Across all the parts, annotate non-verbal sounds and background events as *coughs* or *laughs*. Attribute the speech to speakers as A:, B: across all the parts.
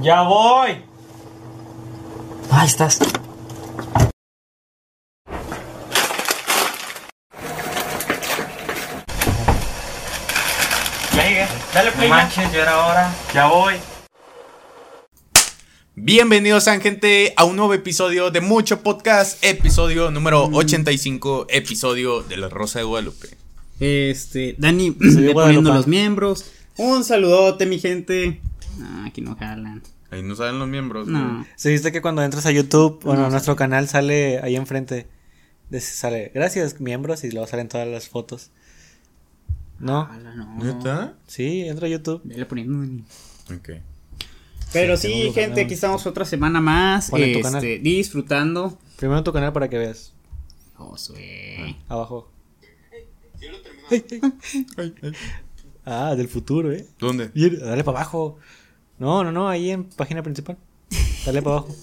A: Ya voy.
B: Ahí estás.
A: Ya llegué. Dale play. No manches, ya era hora. Ya voy.
C: Bienvenidos, sean, gente, a un nuevo episodio de Mucho Podcast, episodio
B: Mm.
C: número 85, episodio de La Rosa de Guadalupe.
B: Este, Dani, me poniendo los miembros. Un saludote, mi gente. Ah, aquí no jalan.
C: Ahí no salen los miembros.
B: No.
D: ¿Se viste que cuando entras a YouTube, bueno,
B: No,
D: a nuestro canal sale ahí enfrente? de- Sale, gracias, miembros, y luego salen todas las fotos. ¿No?
B: Ala,
C: ¿No está?
D: Sí, entra a YouTube.
B: Vele poniendo, Dani.
C: Ok.
D: tengo
B: Pero sí,
D: que
B: gente,
D: poner-
B: aquí estamos otra semana más.
D: Ponle tu
B: este,
D: canal.
B: disfrutando.
D: Primero tu canal para que veas.
B: Josué.
D: Abajo. Ah, del futuro, ¿eh?
C: ¿Dónde?
D: Bien, Dale para abajo. No, no, no, ahí en página principal. Dale para abajo.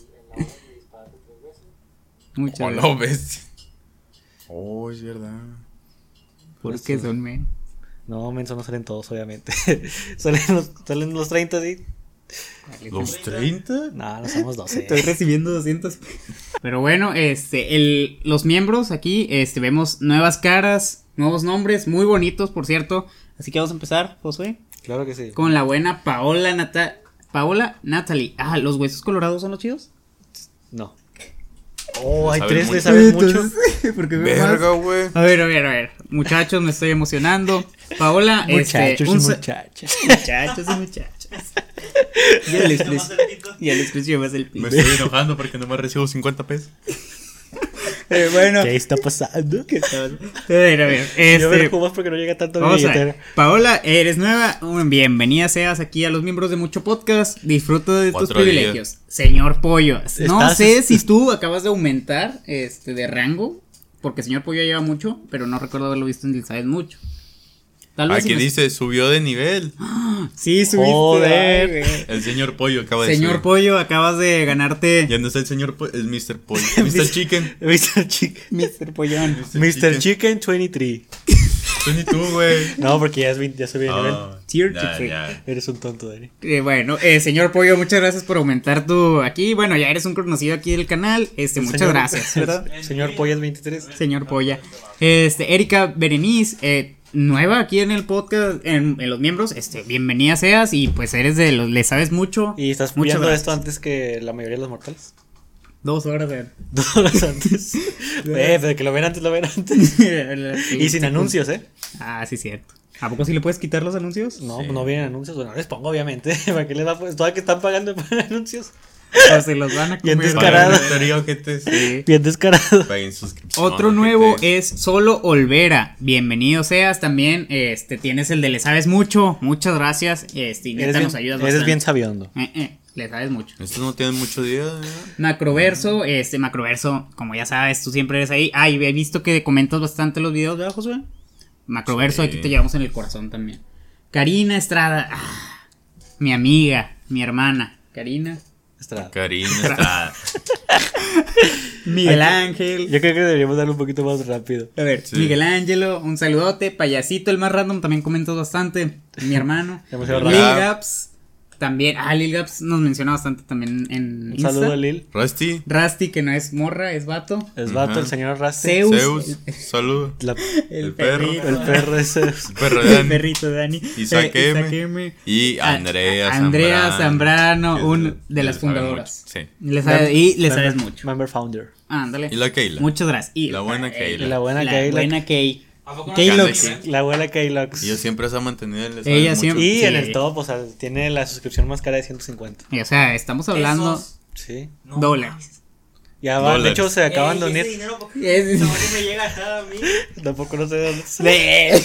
B: Muchas
C: Oh,
B: gracias.
C: no, ves. Oh, es verdad.
B: Porque son men.
D: No, menso, no salen todos, obviamente. *laughs* salen, los, salen los 30, sí.
C: ¿Los 30?
D: No, no somos 12.
B: Estoy recibiendo 200. Pero bueno, este, el, los miembros aquí, este, vemos nuevas caras, nuevos nombres, muy bonitos, por cierto. Así que vamos a empezar, Josué,
D: Claro que sí.
B: con la buena Paola Nata Paola Natalie. Ah, ¿los huesos colorados son los chidos?
D: No. Oh, hay
C: Saben
D: tres, le
C: mucho.
D: saben mucho.
B: *laughs* Porque veo más.
C: Verga, güey.
B: A ver, a ver, a ver. Muchachos, me estoy emocionando. Paola, este,
D: Muchachos
B: un
D: y
B: sa-
D: muchachas.
B: *laughs* muchachos y muchachas. Ya les Ya les creció más el
C: Me
B: piso.
C: estoy enojando porque nomás recibo 50 pesos.
B: Eh, bueno,
D: ¿Qué está pasando?
B: a ver, a ver.
D: Yo
B: *laughs* Este,
D: me jugos porque no llega tanto mi
B: Vamos a ver.
D: billetera.
B: Paola, eres nueva. Bueno, Bienvenida seas aquí a los miembros de Mucho Podcast. Disfruta de tus
C: Cuatro
B: privilegios. Señor Pollo, no
D: Estás-
B: sé si tú acabas de aumentar este de rango, porque señor Pollo ya lleva mucho, pero no recuerdo haberlo visto en Sabes mucho. Tal vez si
C: Aquí
B: me- Ah,
C: dice, subió de nivel.
B: Sí, subiste.
D: Joder.
B: ay, güey.
C: El señor Pollo acaba de
B: Señor
C: subir.
B: Pollo, acabas de ganarte
C: Ya no está el señor Pollo, es Mr.
B: *laughs*
C: Pollo. Mr. Chicken.
D: Mr. Chicken.
B: Mr. Pollón.
D: Mr. Chicken 23.
C: Tú ni tú,
B: *laughs*
C: güey.
D: No, porque ya, es vein- ya subí de nivel.
C: Ah,
B: Tier
C: ya,
B: Chicken.
C: ya.
D: Eres un tonto, Dani.
B: Eh, bueno, eh, señor Pollo, muchas gracias por aumentar tu aquí. Bueno, ya eres un conocido aquí del canal. Este, muchas
D: Señor-
B: gracias. ¿verdad?
D: Señor Pollas 23.
B: Señor Polla. Este, Erika Berenice, eh, nueva aquí en el podcast, en, en los miembros, este, bienvenida seas y pues eres de los, le sabes mucho.
D: Y estás
B: Muchas
D: viendo
B: gracias.
D: esto antes que la mayoría de los mortales. *laughs*
B: Dos horas de...
D: Dos horas
B: *laughs*
D: antes. eh, pero que lo ven antes, lo ven antes. Y sin anuncios, ¿eh?
B: Ah, sí, cierto. ¿A poco sí le puedes quitar los anuncios?
D: No, no vienen anuncios. Bueno, no les pongo, obviamente. *laughs* ¿Para qué les va a poner? Todavía que están pagando para anuncios.
B: O se los van a
D: Y
B: comer.
D: entonces,
C: Para
D: Descarado.
C: la
B: *laughs*
C: historia, ojete, sí.
B: Sí.
D: Bien descarado.
C: Paguen suscripción.
B: Otro
C: ojete.
B: nuevo es Solo Olvera. Bienvenido seas también. Este tienes el de Le sabes mucho. Muchas gracias. Este, y neta
D: Eres bien,
B: nos ayudas
D: eres
B: bastante.
D: bien sabiondo.
B: Eh, eh, le sabes mucho.
C: Estos no tienen mucho día. ¿eh?
B: Macroverso, este Macroverso, como ya sabes, tú siempre eres ahí. Ay, he visto que comentas bastante los videos, ¿verdad, Josué? Macroverso,
C: Sí.
B: aquí te llevamos en el corazón también. Karina Estrada, ah, mi amiga, mi hermana, Karina.
D: Estrada.
C: Karina está.
B: Miguel Ángel.
D: Yo creo que deberíamos darle un poquito más rápido.
B: A ver,
C: Sí.
B: Miguel Ángelo, un saludote. Payasito, el más random, también comentas bastante. Mi hermano.
D: Demasiado
B: Lil
C: raro.
B: Gaps, también. Ah, Lil Gaps nos menciona bastante también en
D: Un
B: Insta.
D: saludo a Lil.
C: Rusty.
B: Rusty, que no es morra, es vato.
D: Es vato,
C: Ajá.
D: el señor Rasty.
B: Zeus.
C: Zeus. Salud.
D: la-
C: El perro.
D: el perro de
B: *laughs*
D: Zeus.
C: El perro de
B: El
C: Dani.
B: perrito Dani.
C: Isaac
B: Eh,
C: M.
B: Isaac M.
C: Y
B: A-
C: Andrea
B: a-
C: Zambrano.
B: Andrea Zambrano,
C: que
B: un-
C: le- le
B: de las
C: sabe
B: fundadoras.
C: mucho, Sí.
B: Le sabes- y le sabes
D: Member-
B: mucho.
D: Member founder.
B: Ándale.
C: Y la Keila.
B: Muchas gracias. Y
C: La buena
B: Kay.
C: Keila.
D: Y la buena
B: la
D: Keila.
B: buena Kay.
C: K-Lox.
B: Kay.
D: La abuela Kaylox.
C: Ella siempre se ha mantenido en el
B: Ella
C: mucho.
B: siempre-
D: Y
B: Sí.
D: en el top, o sea, tiene la suscripción más cara de 150.
B: Y, O sea, estamos hablando
D: Sí.
B: dólares.
D: Ya va, de
C: Dólares.
D: hecho se acaban de unir.
B: Es- *laughs*
D: Tampoco no sé de dónde. se-
B: Le-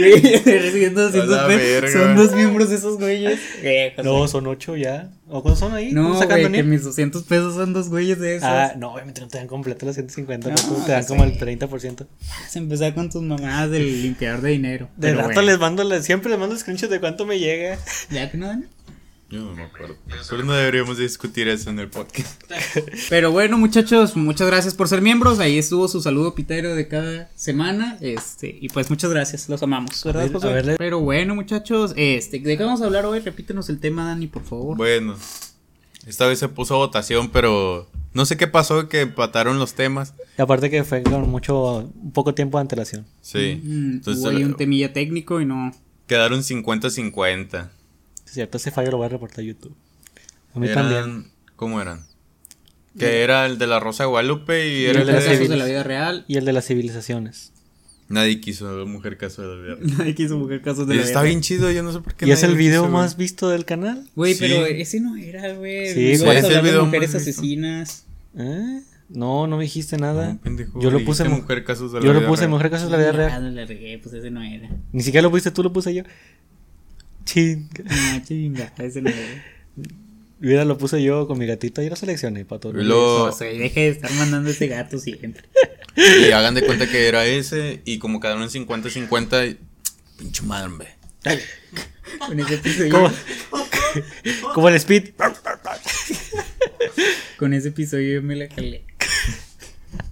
B: Recibiendo
C: A la
B: 200 pe-
C: verga.
B: Son dos miembros esos güeyes. Eh, José.
D: No, son 8 ya. ¿O cuántos son ahí?
B: No,
D: ¿Están sacando
B: güey, que
D: unir?
B: mis 200 pesos son dos güeyes de esos.
D: Ah, no, obviamente no te dan completo los 150,
B: No,
D: pues, te
B: ya
D: dan como
B: sé.
D: el 30%.
B: Se empezó con tus mamadas del limpiador de dinero.
D: De
B: Pero
D: rato
B: bueno.
D: les mando, les- siempre les mando screenshots de cuánto me llega.
B: ¿Ya que no, Dani?
C: Yo no me acuerdo. Pero no deberíamos discutir eso en el podcast.
B: Pero bueno, muchachos, muchas gracias por ser miembros. Ahí estuvo su saludo pitero de cada semana. Este, y pues muchas gracias, los amamos, ¿verdad,
D: A ver,
B: Josué?
D: a verle.
B: Pero bueno, muchachos, este, ¿de qué vamos a hablar hoy? Repítenos el tema, Dani, por favor.
C: Bueno, esta vez se puso a votación, pero no sé qué pasó que empataron los temas.
D: Y aparte que fue con mucho, poco tiempo de antelación.
C: Sí.
B: Mm,
C: Entonces eh,
B: hubo ahí un temilla técnico y no.
C: quedaron 50-50.
D: Es cierto, ese fallo lo voy a reportar a YouTube. A mí
C: Eran-
D: también.
C: ¿Cómo eran? Que era el de la Rosa de Guadalupe y era
B: Los
C: el de...
D: la
B: casos de
D: civil.
B: la vida real. *laughs*
D: Y el de las civilizaciones.
C: Nadie quiso la mujer caso de la
D: *laughs*
C: vida.
B: Nadie quiso buscar casos de
C: Y
B: la
C: está
B: vida
C: bien chido, yo no sé por qué.
D: Y es
C: nadie
D: el
C: lo
D: video
C: quiso, güey.
D: más visto del canal.
B: Güey,
C: Sí.
B: pero ese no era, güey.
D: Sí,
B: Sí,
D: ¿cuál
B: a
D: es
C: el
B: hablar de
C: video
B: mujeres
C: más visto?
B: asesinas.
D: ¿Eh? No, no me dijiste nada.
C: No, pendejo,
D: yo lo
C: dijiste
D: puse mu-
C: mujer casos de la
D: Yo lo
C: vida
D: puse
C: real.
D: mejor caso de la vida
B: Ah,
D: real.
B: no, la regué, pues ese no era.
D: Ni siquiera lo pusiste tú, lo puse yo. Chinga.
B: No, Ah, chinga, ese no era.
D: Mira, lo puse yo con mi gatito y lo seleccioné para todo.
C: Y luego-
B: Eso, güey, deje de estar mandando ese gato siempre.
C: *laughs* Y hagan de cuenta que era ese. Y como quedaron 50-50. y- Pinche madre, hombre.
B: Con ese episodio.
D: Como, *laughs* como el
C: *laughs*
D: speed. *laughs*
B: Con ese episodio yo me la calé.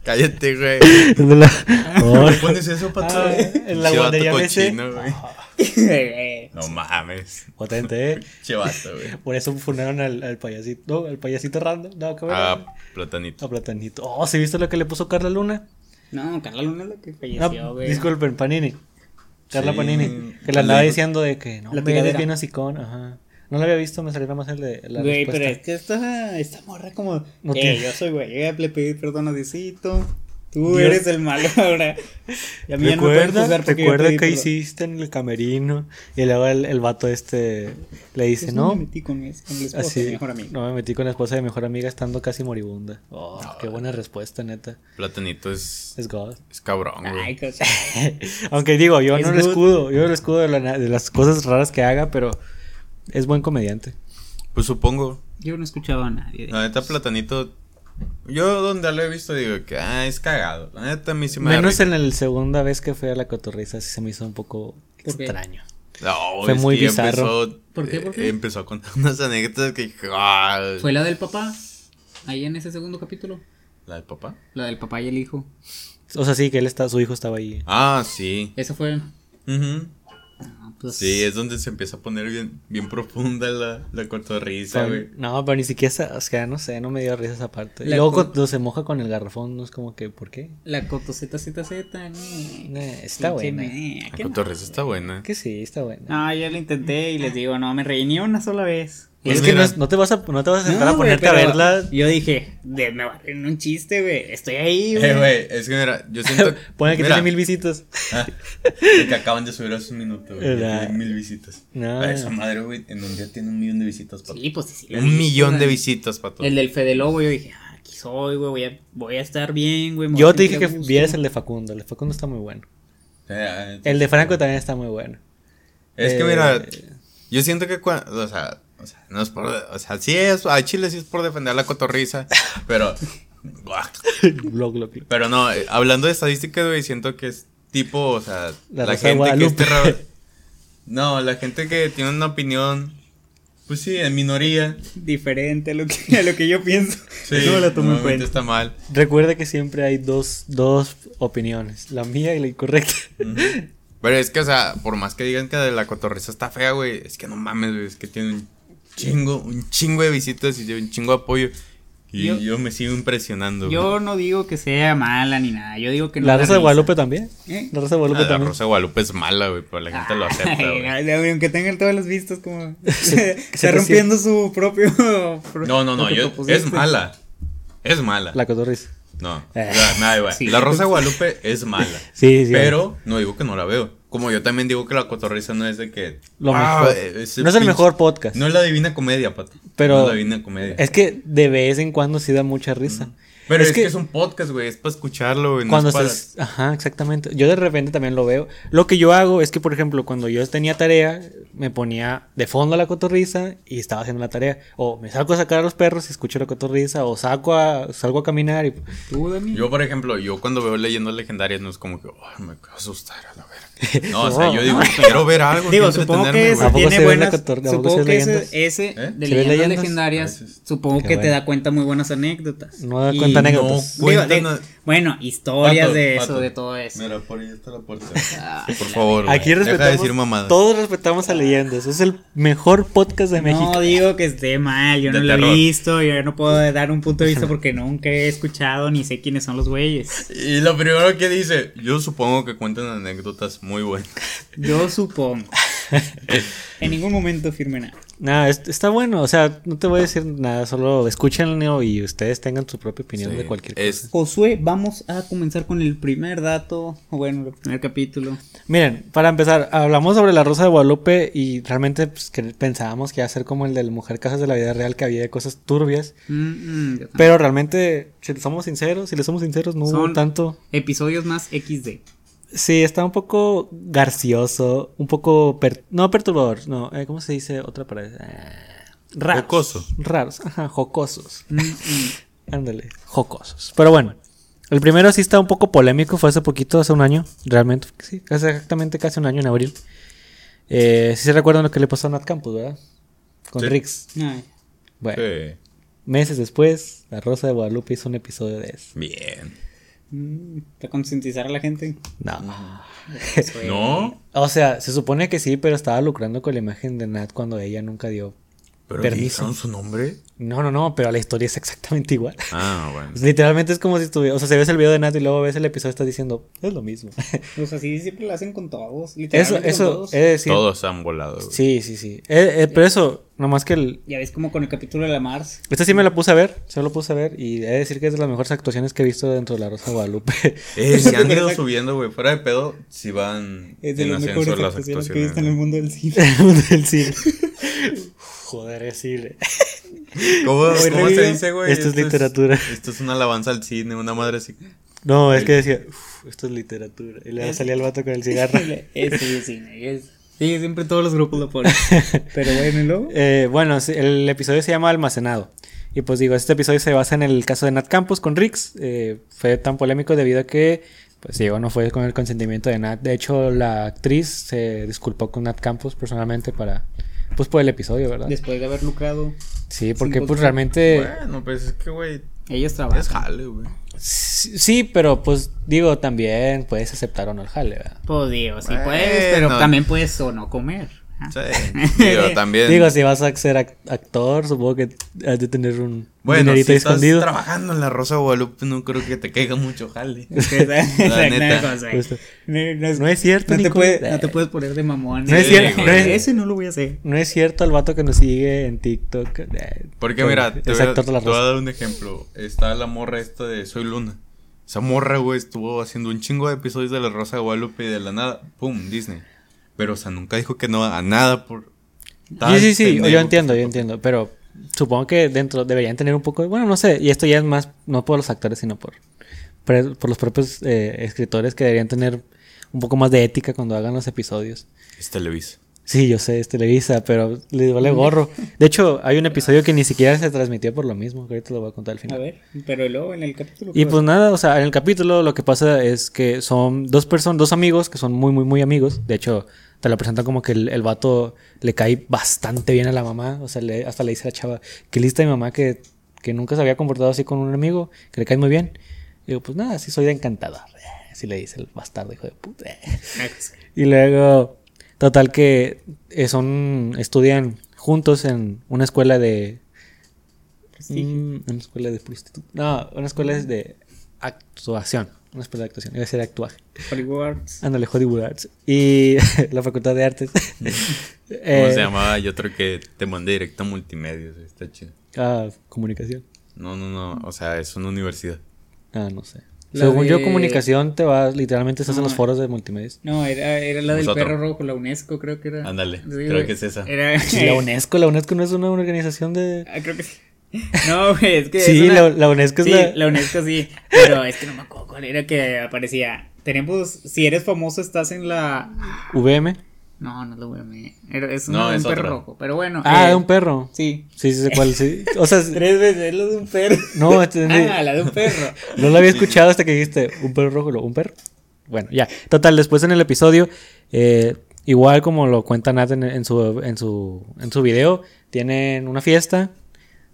C: Cállate, güey.
D: *laughs* De la-
C: ¿Por
D: Oh,
C: qué pones eso, pato?
D: Ah, en la
C: Che vato
D: guardería Ah, BC.
C: cochino, güey. No mames.
D: potente, ¿eh?
C: Chevato, güey.
D: Por eso funaron al, al payasito. No, al payasito random. No, cabrón.
C: Ah, platanito.
D: A Platanito. Oh, ¿sí viste lo que le puso Carla Luna?
B: *laughs* No, Carla Luna es la que falleció,
D: No,
B: oh, güey.
D: disculpen, Panini. Carla
C: Sí.
D: Panini. Que
C: Le
D: la andaba
C: dijo-
D: diciendo de que no,
B: La
D: me eres
B: tiradera.
D: bien hocicón. Ajá. No la había visto, me salió nada más el de la
B: Güey,
D: respuesta.
B: pero es que esta, esta morra como...
D: No
B: eh,
D: tiene-
B: yo soy güey, eh, le pedí perdón a Diosito. Tú
D: Dios-
B: eres el malo ahora. Y a mí ya no me pueden
D: Recuerda,
B: juzgar porque yo
D: recuerda
B: pedí
D: que
B: perdón.
D: hiciste en el camerino. Y luego el, el vato este le dice,
B: Pues
D: no,
B: me metí con, mi- con la esposa, mi
D: así,
B: mejor amigo.
D: no me metí con la esposa de mi mejor amiga estando casi moribunda. Oh, qué buena respuesta, neta.
C: Platanito es,
D: Es God.
C: es cabrón,
B: Ay,
C: güey.
B: cosa.
D: Aunque digo, yo
B: Es
D: no lo
B: good.
D: escudo, yo no lo escudo de, la- de las cosas raras que haga, pero es buen comediante.
C: Pues supongo.
B: Yo no escuchaba a nadie. de-
C: La neta, Platanito. Yo donde lo he visto digo que, ah, es cagado. La neta, a mí sí me da
D: Menos
C: risa.
D: en la segunda vez que fui a la cotorriza, sí se me hizo un poco
B: ¿Por qué?
D: extraño.
C: No,
D: Fue
C: es
D: muy
C: que ya
D: bizarro.
C: Empezó,
B: ¿Por qué?
C: eh,
B: ¿Por qué?
C: empezó a contar *laughs* unas anécdotas que dije, ah,
B: ¿Fue la del papá? Ahí en ese segundo capítulo.
C: ¿La del papá?
B: La del papá y el hijo.
D: O sea, sí, que él está, su hijo estaba ahí.
C: Ah, sí.
B: Esa fue...
C: Ujú.
B: Ah, pues,
C: Sí, es donde se empieza a poner bien, bien profunda la, la cotorriza,
D: Pero-
C: güey.
D: no, pero ni siquiera, esa- o sea, no sé, no me dio risa esa parte. Y
B: La
D: luego
B: co-
D: cuando se moja con el garrafón, no es como que, ¿por qué?
B: La Coto ZZZ. ne,
D: Eh, está
B: pinche
D: buena.
B: ne,
C: La
B: ¿qué
C: cotorriza está buena.
D: Que sí, está buena.
B: No, yo lo intenté y les digo, no, me reí ni una sola vez.
C: Pues
D: es que no,
C: mira.
D: es- no te vas a, no te vas a sentar a
B: No, güey,
D: ponerte a
B: pero
D: verla.
B: Yo dije, de, me va a reír en un chiste, güey. Estoy ahí, güey.
C: Eh, güey, es que mira,
D: *laughs*
C: yo siento.
D: Pone que
C: mira,
D: tiene mil visitas.
C: ah, el que acaban de subir hace un
D: *laughs*
C: minuto, güey. ya
D: Era-
C: Tiene mil visitas.
D: No.
C: Para esa madre, güey, en un día tiene un millón de visitas, pato.
B: Sí, pues sí, sí. lo
C: un
B: vi,
C: millón
B: güey.
C: de visitas, pato.
B: El del Fede Lobo, yo dije, ah, aquí soy, güey, voy a, voy a estar bien, güey. me voy
D: Yo
B: a
D: te dije
B: sentir
D: que
B: a gusto.
D: vieras el de Facundo. El de Facundo está muy bueno.
C: Eh,
D: El de Franco también está muy bueno.
C: Es que
D: Eh,
C: mira, yo siento que cuando, o sea, o sea, no es por, o sea, sí es, a Chile sí es por defender la cotorriza,
B: *laughs*
C: pero, Buah.
D: Blog, blog, blog.
C: pero no, eh, hablando de estadísticas, güey, siento que es tipo, o sea,
D: La Rosa
C: la,
D: de
C: gente que es
D: Guadalupe.
B: *laughs*
C: terra- no, la gente que tiene una opinión, pues sí, en minoría,
B: *laughs* Diferente a lo que, a lo que yo pienso.
C: sí,
B: Eso me lo tomo en
C: normalmente
B: cuenta.
C: está mal.
D: Recuerda que siempre hay dos, dos opiniones, la mía y la incorrecta.
C: Pero es que, o sea, por más que digan que la cotorriza está fea, güey, es que no mames, güey, es que tiene un chingo, un chingo de visitas y tiene un chingo de apoyo. Y
B: Yo-
C: yo, me sigo impresionando. güey.
B: Yo no digo que sea mala ni nada. Yo digo que no.
D: la
B: da
D: Rosa de
B: risa.
D: Guadalupe también.
B: ¿Eh?
D: La Rosa de Guadalupe
C: Ah, la
D: también.
C: Rosa de Guadalupe es mala, güey, pero la gente lo acepta,
B: Ay,
C: güey.
B: ay, Aunque tengan todas las vistas
D: *laughs*
B: como... *laughs*
D: Se- se
B: está rompiendo su propio... pro-
C: No, no,
B: lo
C: no,
B: que
C: yo,
B: propusiste.
C: es mala. Es mala.
D: La cotorriza.
C: No,
D: Eh.
C: la, nada, güey.
B: Sí.
C: La Rosa de Guadalupe es mala.
D: *laughs* Sí, sí.
C: Pero no digo que no la veo. Como yo también digo que la cotorriza no es de que.
D: Lo
C: Ah,
D: mejor.
C: ese
D: no es el
C: pinche-
D: mejor podcast.
C: No es la divina comedia, pato.
D: Pero-
C: No es la divina comedia.
D: Es que de vez en cuando sí da mucha risa.
C: Pero
D: Es
C: es, que...
D: que-
C: es un podcast, güey. Es para escucharlo, güey. no
D: Cuando
C: es para-
D: estés- Ajá, exactamente. Yo de repente también lo veo. Lo que yo hago es que, por ejemplo, cuando yo tenía tarea, me ponía de fondo la cotorriza y estaba haciendo la tarea. O me saco a sacar a los perros y escucho la cotorriza. O saco a, salgo a caminar y...
B: Tú, Dani.
C: Yo, por ejemplo, yo cuando veo leyendas legendarias no es como que, "Ay, me quiero asustar a la
D: *laughs*
C: verga. No, o sea,
D: No.
C: yo digo, quiero ver algo.
B: Digo,
C: quiero
B: supongo que
C: entretenerme, güey".
B: ese
D: ¿Tampoco se
B: tiene
D: ve
B: buenas.
D: la cator- tampoco
B: Supongo
D: se ve
B: que ese,
D: leyendas?
B: ese
C: ¿Eh? Ah,
B: de
D: ¿Se ve
B: leyendas,
D: leyendas?
B: legendarias,
C: A veces.
B: supongo
D: Qué
B: que te
D: bueno.
B: da cuenta muy buenas anécdotas.
D: No da
B: Y-
D: cuenta
C: No,
D: anécdotas.
B: Digo, de-
C: cuéntanos-
B: bueno, historias
C: Pato,
B: de
C: Pato.
B: eso, de todo eso. Ah,
C: Mira, por ahí está la puerta. por favor.
D: Aquí
C: güey,
D: respetamos...
C: Deja de decir mamadas.
D: Todos respetamos a leyendas. Es el mejor podcast *laughs* de México.
B: No digo que esté mal, yo
C: De
B: no lo he
C: terror.
B: visto, yo no puedo dar un punto
D: *laughs*
B: de vista porque nunca he escuchado ni sé quiénes son los güeyes.
C: Y lo primero que dice, yo supongo que cuentan anécdotas muy buenas.
B: Yo
D: *laughs*
B: supongo. En ningún momento firme nada.
D: Nada, es- está bueno. O sea, no te voy a decir nada. Solo escúchenlo y ustedes tengan su propia opinión de
C: Sí,
D: cualquier cosa.
C: es,
B: Josué, vamos a comenzar con el primer dato, o bueno, el primer capítulo.
D: Miren, para empezar, hablamos sobre la Rosa de Guadalupe y realmente pues, que pensábamos que iba a ser como el de la Mujer Casas de la Vida Real, que había de cosas turbias.
B: Mm, mm, yo también.
D: Pero realmente, si somos sinceros, si le somos sinceros, no hubo
B: Son-
D: tanto.
B: Episodios más XD.
D: Sí, está un poco garcioso, un poco... per- no perturbador, no. eh, ¿Cómo se dice otra palabra? Eh, raros.
C: Jocoso.
D: Raros, ajá, jocosos.
B: Mm,
D: *laughs*
B: mm.
D: Ándale, jocosos. Pero bueno, el primero sí está un poco polémico, fue hace poquito, hace un año, realmente, sí, hace exactamente casi un año, en abril. Eh, sí se recuerdan lo que le pasó a Nat Campos, ¿verdad? Con
C: Sí.
D: Rix.
B: Ay,
D: Bueno,
C: sí,
D: meses después, la Rosa de Guadalupe hizo un episodio de eso.
C: bien.
B: mm, para concientizar a la gente.
D: No.
B: Josué.
C: ¿No?
D: O sea, se supone que sí, pero estaba lucrando con la imagen de Nat cuando ella nunca dio.
C: ¿Pero
D: Permiso.
C: dijeron su nombre?
D: No, no, no, pero la historia es exactamente igual. *laughs*
C: Ah, bueno.
D: Literalmente es como si estuviera. O sea, si ves el video de Nat y luego ves el episodio, estás diciendo, es lo *laughs* mismo.
B: Pues así siempre lo hacen con todos.
D: eso,
B: Literalmente con
D: eso,
B: todos.
D: es decir.
C: Todos han volado, güey.
D: Sí, sí, sí. Eh, eh, pero eso, nomás que el.
B: Ya ves como con el capítulo de la Mars.
D: Esta sí me la puse a ver, se lo puse a ver y he de decir que es de las mejores actuaciones que he visto dentro de La Rosa de Guadalupe. *laughs*
C: Eh, se han ido subiendo, güey. Fuera de pedo, si van
B: Es de
C: en
B: los
C: ascenso
B: mejores
C: las
B: actuaciones que he visto en el
C: actuaciones,
B: mundo del cine.
D: *laughs* Del cine. Joder, es cine.
C: güey. ¿Cómo,
D: Hoy
C: cómo se
D: revivió.
C: dice, güey?
D: Esto es literatura.
C: esto es una alabanza al cine, una madre así.
D: No, es que decía, "Uf, esto es literatura. Y le salía el vato con el *laughs* cigarro.
B: Ese Eh, sí es cine. es- Sí, siempre todos los grupos lo
D: *laughs*
B: ponen. Pero bueno, y luego.
D: Eh, bueno, sí, el episodio se llama Almacenado. Y pues digo, este episodio se basa en el caso de Nat Campos con Rix. Eh, fue tan polémico debido a que, pues digo, no fue con el consentimiento de Nat. De hecho, la actriz se disculpó con Nat Campos personalmente para, pues por el episodio, ¿verdad?
B: Después de haber lucrado,
D: Sí, porque pues
B: Sin
D: realmente...
C: Bueno, pues es que, güey,
B: ellos
C: es
B: trabajan.
C: jale, güey.
D: Sí, sí, pero pues digo, también puedes aceptar o no el jale, ¿verdad?
B: Pues digo, sí
C: Bueno.
B: puedes, pero también puedes o no comer. Ah. *laughs*
C: Sí. Digo, también.
D: Digo, si vas a ser ac- actor, supongo que has de tener un
C: bueno, si
D: dinerito
C: estás
D: escondido.
C: trabajando en la Rosa de Guadalupe, no creo que te caiga mucho jale.
B: Es que esa- esa
C: La
B: es la
C: neta.
B: cosa.
D: Justo.
B: No,
D: Pues, No es cierto,
B: no te,
D: Nico.
B: puede- no te puedes poner de mamón.
D: No es
B: Eh,
C: cierto, no es-
B: Ese no lo voy a hacer.
D: No es cierto el vato que nos sigue en TikTok. eh,
C: Porque
D: con-
C: mira, te
D: es
C: voy, a,
D: actor de la
C: te voy a
D: Rosa.
C: dar un ejemplo. Está la morra esta de Soy Luna. Esa morra, güey, estuvo haciendo un chingo de episodios de La Rosa de Guadalupe y de la nada, ¡pum! Disney. Pero, o sea, nunca dijo que no a nada por... tal
D: Sí, sí, sí,
C: pendejo
D: yo
C: que
D: entiendo,
C: se
D: yo
C: puso.
D: entiendo, pero supongo que dentro deberían tener un poco, de- bueno, no sé, y esto ya es más, no por los actores, sino por, por, por los propios eh, escritores que deberían tener un poco más de ética cuando hagan los episodios.
C: Es Televisa.
D: Sí, yo sé, es Televisa, pero les vale gorro. De hecho, hay un episodio que ni siquiera se transmitió por lo mismo, que ahorita lo voy a contar al
B: A
D: final.
B: ver, pero luego en el capítulo.
D: Y
B: ¿qué
D: pues nada, o sea, en el capítulo lo que pasa es que son dos personas, dos amigos que son muy, muy, muy amigos. De hecho, te lo presentan como que el, el vato le cae bastante bien a la mamá. O sea, le- hasta le dice a la chava, qué lista mi mamá que, que nunca se había comportado así con un amigo, que le cae muy bien. Y digo, pues nada, sí soy de encantador. *laughs* Así le dice el bastardo, hijo de puta.
B: pasa?
D: Y luego, total que eh, son, estudian juntos en una escuela de
B: Prestigio.
D: Mm, una escuela de prostitu- No, una escuela es de actuación. Una escuela de actuación. Iba a ser de actuaje.
B: Hollywood Arts.
D: Ándale, Hollywood Arts. Y *laughs* la Facultad de
B: *laughs*
D: Artes.
C: ¿Cómo
D: Eh,
C: se llamaba? Yo creo que te mandé directo a multimedia. Está chido.
D: ah, comunicación.
C: No, no, no. O sea, es una universidad. *laughs*
D: Ah, no sé.
B: La
D: Según yo,
B: de- Ah.
D: comunicación te vas, literalmente estás en
B: No,
D: los foros de multimedia.
B: No, era, era la del
C: Nosotros.
B: perro rojo, la UNESCO, creo que era.
C: Pues Ándale,
B: Sí,
C: creo
B: güey.
C: que es esa.
B: *laughs* Era,
D: La UNESCO, la UNESCO no es una organización de...
B: Ah, creo que sí. No, güey, es que.
D: Sí,
B: es una-
D: la, la UNESCO es
B: sí,
D: la...
B: la UNESCO sí. Pero es que no me acuerdo cuál era que aparecía. Tenemos, si eres famoso, estás en la.
D: VM.
B: No, no lo voy a ver. Era- Es
C: No,
B: una de
C: es
B: un perro
C: otra.
B: rojo. Pero bueno.
D: Ah,
B: eh,
D: de un perro.
B: Sí.
D: Sí, sí, sé cuál, sí. O sea, es-
B: *laughs* Tres veces lo de un perro.
D: No, entendí.
B: *laughs* Ah, la de un perro.
D: *laughs* No lo había escuchado hasta que dijiste un perro rojo, lo- un perro. Bueno, ya. Total, después en el episodio, eh, igual como lo cuenta Nat en, en su, en, su, en su video, tienen una fiesta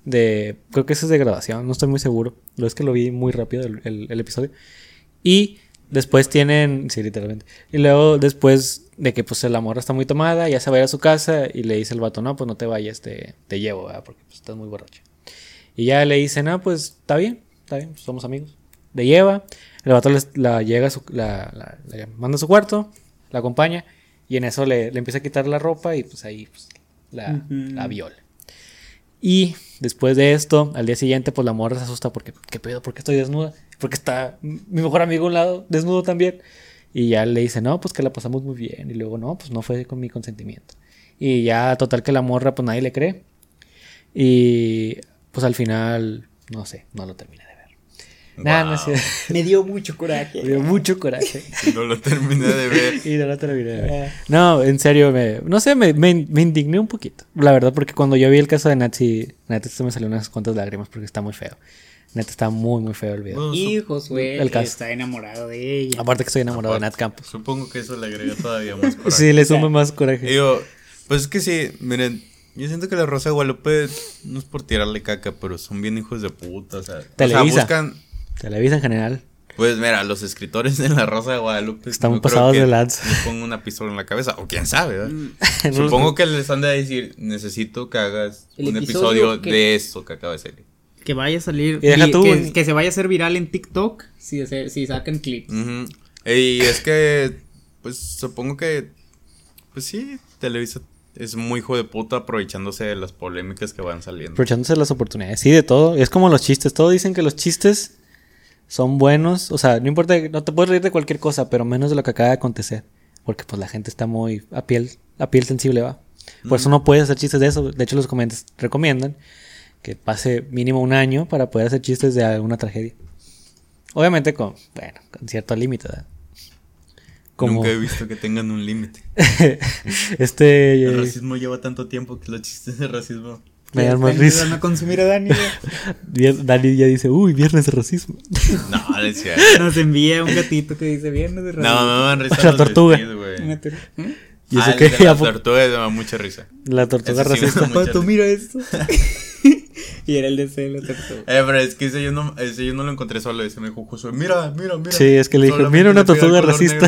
D: de. Creo que eso es de graduación, no estoy muy seguro. Lo es que lo vi muy rápido el, el- el episodio. Y después tienen. Sí, literalmente. Y luego, después de que pues la morra está muy tomada, ya se va a ir a su casa y le dice el vato: No, pues no te vayas, te, te llevo, ¿verdad? porque pues, estás muy borracho. Y ya le dice, ah, pues está bien, está bien, pues, somos amigos. Le lleva, el vato les- la llega, a su- la, la- la manda a su cuarto, la acompaña y en eso le, le empieza a quitar la ropa y pues ahí pues, la,
B: Ujú.
D: la viola. Y después de esto, al día siguiente, pues la morra se asusta porque, ¿qué pedo? ¿Por qué estoy desnuda? Porque está mi mejor amigo a un lado, desnudo también. Y ya le dice, no, pues que la pasamos muy bien. Y luego, no, pues no fue con mi consentimiento. Y ya, total que la morra, pues nadie le cree. Y pues al final, no sé, no lo terminé de ver. Nada, no
C: Wow.
D: sé.
B: Me dio
D: *laughs*
B: mucho
D: Me
B: coraje.
D: dio mucho coraje.
C: No lo terminé de
D: *laughs*
C: ver.
D: Y no lo terminé de ver. No, en serio, me, no sé, me, me- me indigné un poquito. La verdad, porque cuando yo vi el caso de Nazi, Nati se me salieron unas cuantas lágrimas porque está muy feo. Neta, está muy, muy feo el video.
C: Bueno,
D: *laughs*
B: Y
C: sup-
B: Josué
D: El caso.
B: está enamorado de ella.
D: Aparte que estoy enamorado de Nat Campos.
C: Supongo que eso le agrega todavía más coraje.
D: Sí, le sumo más coraje.
C: Digo, pues es que sí, miren, yo siento que la Rosa de Guadalupe no es por tirarle caca, pero son bien hijos de puta, o sea, o sea,
D: Televisa.
C: buscan,
D: Televisa en general. *laughs*
C: pues mira, los escritores de la Rosa de Guadalupe
D: Están
C: creo
D: pasados de
C: que
D: lanza.
C: le pongan una pistola en la cabeza, o quién sabe, ¿verdad?
B: Mm.
D: *laughs* No los-
C: Supongo que les han de decir, necesito que hagas
B: El
C: un
B: episodio
C: episodio,
B: que-
C: de esto que acaba de salir.
B: Que vaya a salir.
D: Y deja
B: vi-
D: tú,
B: que,
D: güey.
B: que se vaya a hacer viral en TikTok si, se- si sacan clips.
C: Ujú. Y es que, pues supongo que, pues sí, Televisa es muy hijo de puta aprovechándose de las polémicas que van saliendo.
D: aprovechándose las oportunidades. Sí, de todo. Es como los chistes. Todos dicen que los chistes son buenos. O sea, no importa, no te puedes reír de cualquier cosa, pero menos de lo que acaba de acontecer. Porque pues la gente está muy a piel, a piel sensible, va. Por eso no puedes hacer chistes de eso. De hecho, los comediantes recomiendan que pase mínimo un año para poder hacer chistes de alguna tragedia. Obviamente con, bueno, con cierto límite, ¿verdad? Como
C: Nunca he visto que tengan un
D: *laughs*
C: límite.
D: este
C: El
D: eh,
C: racismo lleva tanto tiempo que los chistes de racismo.
D: me
B: Ya
D: dan más
B: están
D: risa.
B: empezando a consumir a Dani.
D: *laughs* Vier- Dani ya dice, uy, viernes de racismo. *laughs*
C: No, decía.
B: Nos envía un gatito que dice viernes de
C: No,
B: radio.
C: me van risa.
D: *laughs* La
C: los
D: tortuga.
C: vestidos, güey.
B: Una teoría. ¿Eh?
D: Y eso
C: Ah, el
D: que *laughs*
C: de
D: ya
C: las
D: fue-
C: tortugas me da mucha risa.
D: La tortuga
C: Ese sí me
D: racista.
C: da mucha
B: Pato,
C: risa. *laughs*
B: mira esto. *laughs* y era el deseo de la tortuga.
C: Eh, pero es que ese yo no, ese yo no lo encontré solo. Ese me dijo, Josué, mira, mira, mira.
D: Sí, es que le dije,
C: Solamente
D: "Mira una
C: le pega el
D: tortuga
C: color
D: racista".